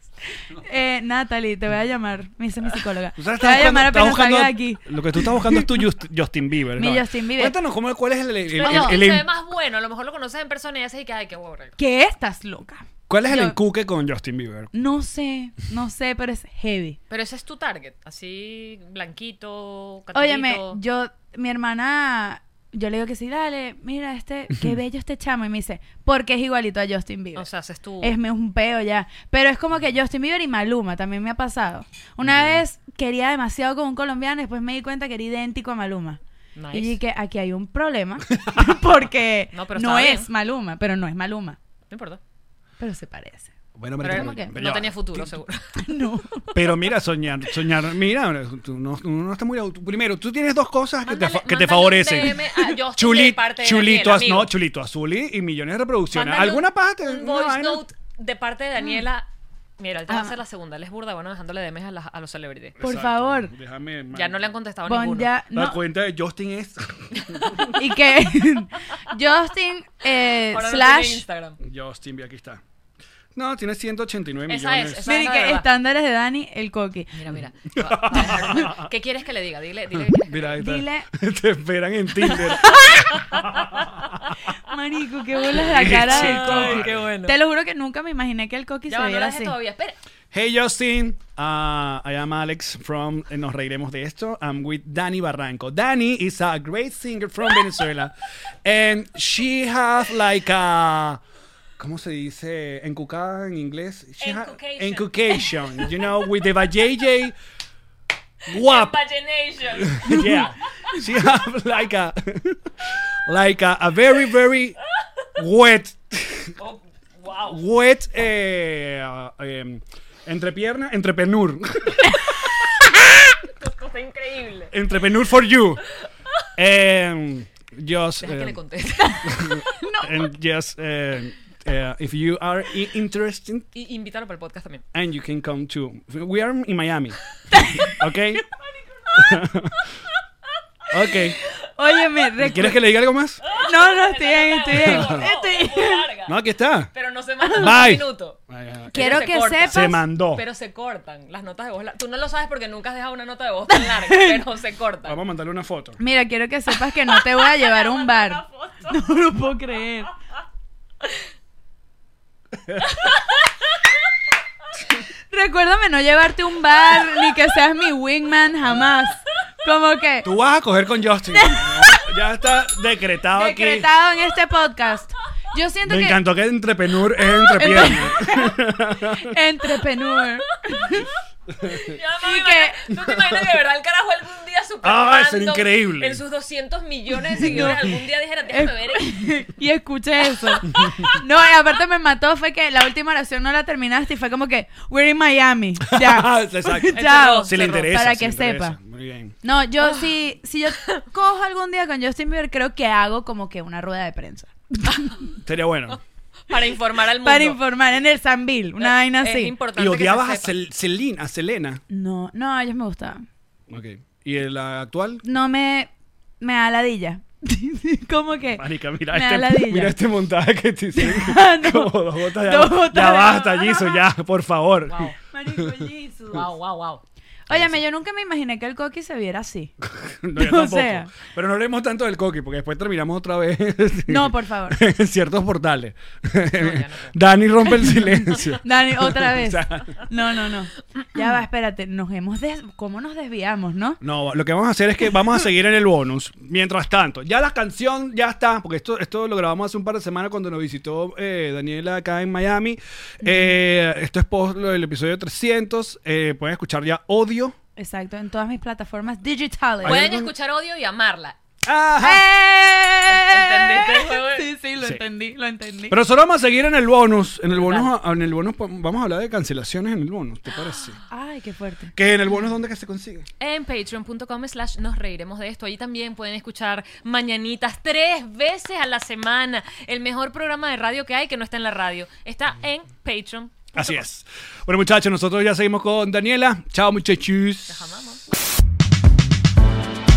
Speaker 5: Eh, Natalie, te voy a llamar. Me dice mi psicóloga.
Speaker 2: Tú
Speaker 5: Te voy
Speaker 2: sabes,
Speaker 5: a
Speaker 2: estás
Speaker 5: llamar
Speaker 2: Pues buscando- estás
Speaker 5: apenas salga de aquí.
Speaker 2: buscando- Lo que tú estás buscando es tu Just- Justin Bieber.
Speaker 5: Mi
Speaker 2: ¿no?
Speaker 5: Justin Bieber.
Speaker 2: Cuéntanos cómo, cuál es el, el-
Speaker 4: Pero
Speaker 2: el-
Speaker 4: no,
Speaker 2: el-
Speaker 4: se
Speaker 2: el-
Speaker 4: ve más bueno. A lo mejor lo conoces en persona y ya se que, ay, qué aburrido.
Speaker 5: ¿Qué estás loca?
Speaker 2: cuál es el
Speaker 5: yo-
Speaker 2: encuque con Justin Bieber.
Speaker 5: No sé, no sé, pero es heavy.
Speaker 4: Pero ese es tu target. Así, blanquito, catarito.
Speaker 5: Óyeme, yo, mi hermana, yo le digo que sí, dale, mira este, qué bello este chamo. Y me dice, porque es igualito a Justin Bieber.
Speaker 4: O sea, uh. haces tu...
Speaker 5: Es me- un peo ya. Pero es como que Justin Bieber y Maluma también me ha pasado. Una vez quería demasiado con un colombiano, después me di cuenta que era idéntico a Maluma.
Speaker 4: Nice.
Speaker 5: Y dije, aquí hay un problema, porque no,
Speaker 4: No, pero está bien.
Speaker 5: es Maluma, pero no es Maluma,
Speaker 4: No importa.
Speaker 5: pero se parece.
Speaker 2: Bueno,
Speaker 4: Pero,
Speaker 2: marica,
Speaker 4: él
Speaker 5: que-
Speaker 4: no
Speaker 2: ya
Speaker 4: tenía
Speaker 2: va.
Speaker 4: futuro, seguro.
Speaker 5: no.
Speaker 2: Pero mira, soñar, soñar, mira, tú no, uno no está muy... auto- Primero, tú tienes dos cosas que, te,
Speaker 4: Mándale-
Speaker 2: fa- que te
Speaker 4: mándale un
Speaker 2: favorece.
Speaker 4: DM a Justin
Speaker 2: Chuli-
Speaker 4: de parte de
Speaker 2: chulito,
Speaker 4: Daniel,
Speaker 2: az- no,
Speaker 4: amigo.
Speaker 2: chulito azul y, y millones de reproducciones.
Speaker 4: Mándale
Speaker 2: ¿Alguna
Speaker 4: un-
Speaker 2: parte?
Speaker 4: Un
Speaker 2: una
Speaker 4: voice
Speaker 2: vaina? Mm.
Speaker 4: note de parte de Daniela. Mira, él te va a
Speaker 5: Ah.
Speaker 4: hacer la segunda. Él es burda, bueno, dejándole de mes a, las- a los celebrities.
Speaker 5: Por
Speaker 2: Exacto, pues.
Speaker 5: favor.
Speaker 2: Déjame, man.
Speaker 4: Ya no le han contestado
Speaker 5: Bon,
Speaker 4: ninguno.
Speaker 5: ya,
Speaker 2: La
Speaker 5: no.
Speaker 2: cuenta de Justin es...
Speaker 5: Y que Justin
Speaker 4: Ahora
Speaker 5: eh,
Speaker 4: no tiene
Speaker 5: slash
Speaker 4: Instagram.
Speaker 2: Justin, ve, aquí está. No, tiene 189
Speaker 4: Esa
Speaker 2: millones.
Speaker 4: es, esa
Speaker 5: Mira, y
Speaker 4: no, de
Speaker 5: que
Speaker 4: verdad.
Speaker 5: estándares de Dani, el coqui.
Speaker 4: Mira, mira.
Speaker 2: Mm.
Speaker 4: ¿Qué quieres que le diga? Dile, dile. que quieres que le diga.
Speaker 2: Mira, ahí está.
Speaker 5: Dile-
Speaker 2: Te esperan en Tinder.
Speaker 5: marico, qué bolas la cara.
Speaker 2: Sí,
Speaker 5: de
Speaker 2: chico.
Speaker 5: Coqui.
Speaker 4: Ay, qué bueno.
Speaker 5: Te lo juro que nunca me imaginé que el coqui
Speaker 4: Ya
Speaker 5: se
Speaker 4: va, no
Speaker 5: viera
Speaker 4: la
Speaker 5: así.
Speaker 4: dejes todavía. Espera.
Speaker 2: Hey Justin, uh, I am Alex from eh, Nos Reiremos de Esto. I'm with Dani Barranco. Dani is a great singer from Venezuela. And she has like a. ¿Cómo se dice? Encucada en inglés. She ha-
Speaker 4: Encucation.
Speaker 2: encucation. You know, with the vajayjay. Guap.
Speaker 4: Pagination.
Speaker 2: yeah. She have like a. Like a, a very, very wet
Speaker 4: Oh, wow.
Speaker 2: Wet eh, eh, entrepierna, entrepenur.
Speaker 4: Está increíble.
Speaker 2: entrepenur for you. Um, just,
Speaker 4: Deja que
Speaker 2: um,
Speaker 4: le conteste.
Speaker 2: and just um, uh, if you are i- interested
Speaker 4: Y invítalo para el podcast también.
Speaker 2: and you can come to. We are in Miami. okay. okay.
Speaker 5: Óyeme, recu-
Speaker 2: ¿Quieres que le diga algo más?
Speaker 5: No, no, estoy bien, estoy bien.
Speaker 4: No, no,
Speaker 5: Estoy-
Speaker 4: muy larga.
Speaker 2: No, aquí está.
Speaker 4: Pero no se mandan un
Speaker 2: Bye.
Speaker 4: minuto.
Speaker 5: Quiero
Speaker 4: se
Speaker 5: que
Speaker 4: corta.
Speaker 5: sepas.
Speaker 2: Se mandó.
Speaker 4: Pero se cortan las notas de voz. la- Tú no lo sabes porque nunca has dejado una nota de voz tan larga, pero se cortan.
Speaker 2: Vamos a mandarle una foto.
Speaker 5: Mira, quiero que sepas que no te voy a llevar a un bar. No lo puedo creer. Recuérdame no llevarte a un bar ni que seas mi wingman jamás. Como que
Speaker 2: Tú vas a coger con Justin. ya está decretado, aquí.
Speaker 5: decretado en este podcast. Yo siento
Speaker 2: Me
Speaker 5: que
Speaker 2: encantó que entrepenur es entrepierna.
Speaker 5: entrepreneur.
Speaker 4: Ya,
Speaker 5: Y
Speaker 4: mami,
Speaker 5: que-
Speaker 4: ¿Tú te imaginas que de verdad el carajo algún día super
Speaker 2: Ah, sería
Speaker 4: random,
Speaker 2: increíble.
Speaker 4: En sus 200 millones de seguidores algún día dijera, déjame ver.
Speaker 5: y escuché eso. No, y aparte me mató fue que la última oración no la terminaste y fue como que we're in Miami. Ya.
Speaker 2: Exacto.
Speaker 5: Chao.
Speaker 2: Si le interesa.
Speaker 5: Para
Speaker 2: si
Speaker 5: que
Speaker 2: le interesa.
Speaker 5: sepa.
Speaker 2: Muy bien.
Speaker 5: No,
Speaker 4: Ah.
Speaker 5: yo si, si yo cojo algún día con Justin Bieber, creo que hago como que una rueda de prensa.
Speaker 2: Sería bueno.
Speaker 4: Para informar al mundo. Eh,
Speaker 5: Para informar en el Sambil, una vaina
Speaker 4: es
Speaker 5: así.
Speaker 4: importante
Speaker 2: Y
Speaker 4: que
Speaker 2: odiabas a,
Speaker 4: se sepa.
Speaker 2: Cel- Celine- a Selena.
Speaker 5: No, no, ellos me gustaban.
Speaker 2: Ok. ¿Y la actual?
Speaker 5: No me, me da ladilla. ¿Cómo que?
Speaker 2: Marica, mira,
Speaker 5: me da
Speaker 2: este,
Speaker 5: ladilla.
Speaker 2: mira este montaje que te hicieron.
Speaker 5: Ah, no.
Speaker 2: Como dos gotas de
Speaker 5: Dos
Speaker 2: agua.
Speaker 5: gotas
Speaker 2: Ya
Speaker 5: de
Speaker 2: basta,
Speaker 5: agua.
Speaker 2: Jisoo, ya, por favor.
Speaker 4: Wow.
Speaker 5: Marico, Jesus.
Speaker 4: Wow, wow, wow.
Speaker 5: Óyeme, yo nunca me imaginé que el coqui se viera así.
Speaker 2: No, yo
Speaker 5: O
Speaker 2: tampoco.
Speaker 5: sea.
Speaker 2: Pero no hablemos tanto del coqui, porque después terminamos otra vez.
Speaker 5: No, por favor.
Speaker 2: En ciertos portales.
Speaker 4: ya no.
Speaker 2: Dani rompe el silencio.
Speaker 5: Dani, otra vez.
Speaker 2: sea.
Speaker 5: No, no, no. Ya va, espérate. Nos hemos des- ¿Cómo nos desviamos, no?
Speaker 2: No, lo que vamos a hacer es que vamos a seguir en el bonus. Mientras tanto, ya la canción ya está, porque esto, esto lo grabamos hace un par de semanas cuando nos visitó eh, Daniela acá en Miami. Eh, esto es post lo del episodio 300. Eh, pueden escuchar ya Odio.
Speaker 5: Exacto, en todas mis plataformas digitales.
Speaker 2: Bueno.
Speaker 4: Pueden
Speaker 2: algún-
Speaker 4: escuchar odio y amarla.
Speaker 2: Ajá.
Speaker 5: ¡Eh!
Speaker 4: ¿Entendiste el juego?
Speaker 5: Sí, sí, lo
Speaker 2: Ah. Sí.
Speaker 5: entendí, lo entendí.
Speaker 2: Pero solo vamos a seguir en el bonus. En el bonus, en el bonus vamos a hablar de cancelaciones en el bonus, ¿te parece?
Speaker 5: Ay, qué fuerte.
Speaker 2: Que en el bonus dónde que se consigue.
Speaker 4: En patreon.com slash nos reiremos de esto. Allí también pueden escuchar mañanitas tres veces a la semana. El mejor programa de radio que hay que no está en la radio. Está en Patreon.
Speaker 2: Así es. Bueno, muchachos, nosotros ya seguimos con Daniela. Chao, muchachos.
Speaker 4: Amamos.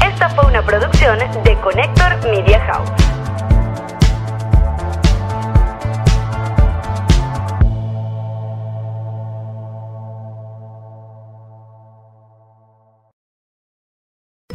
Speaker 6: Esta fue una producción de Connector Media House.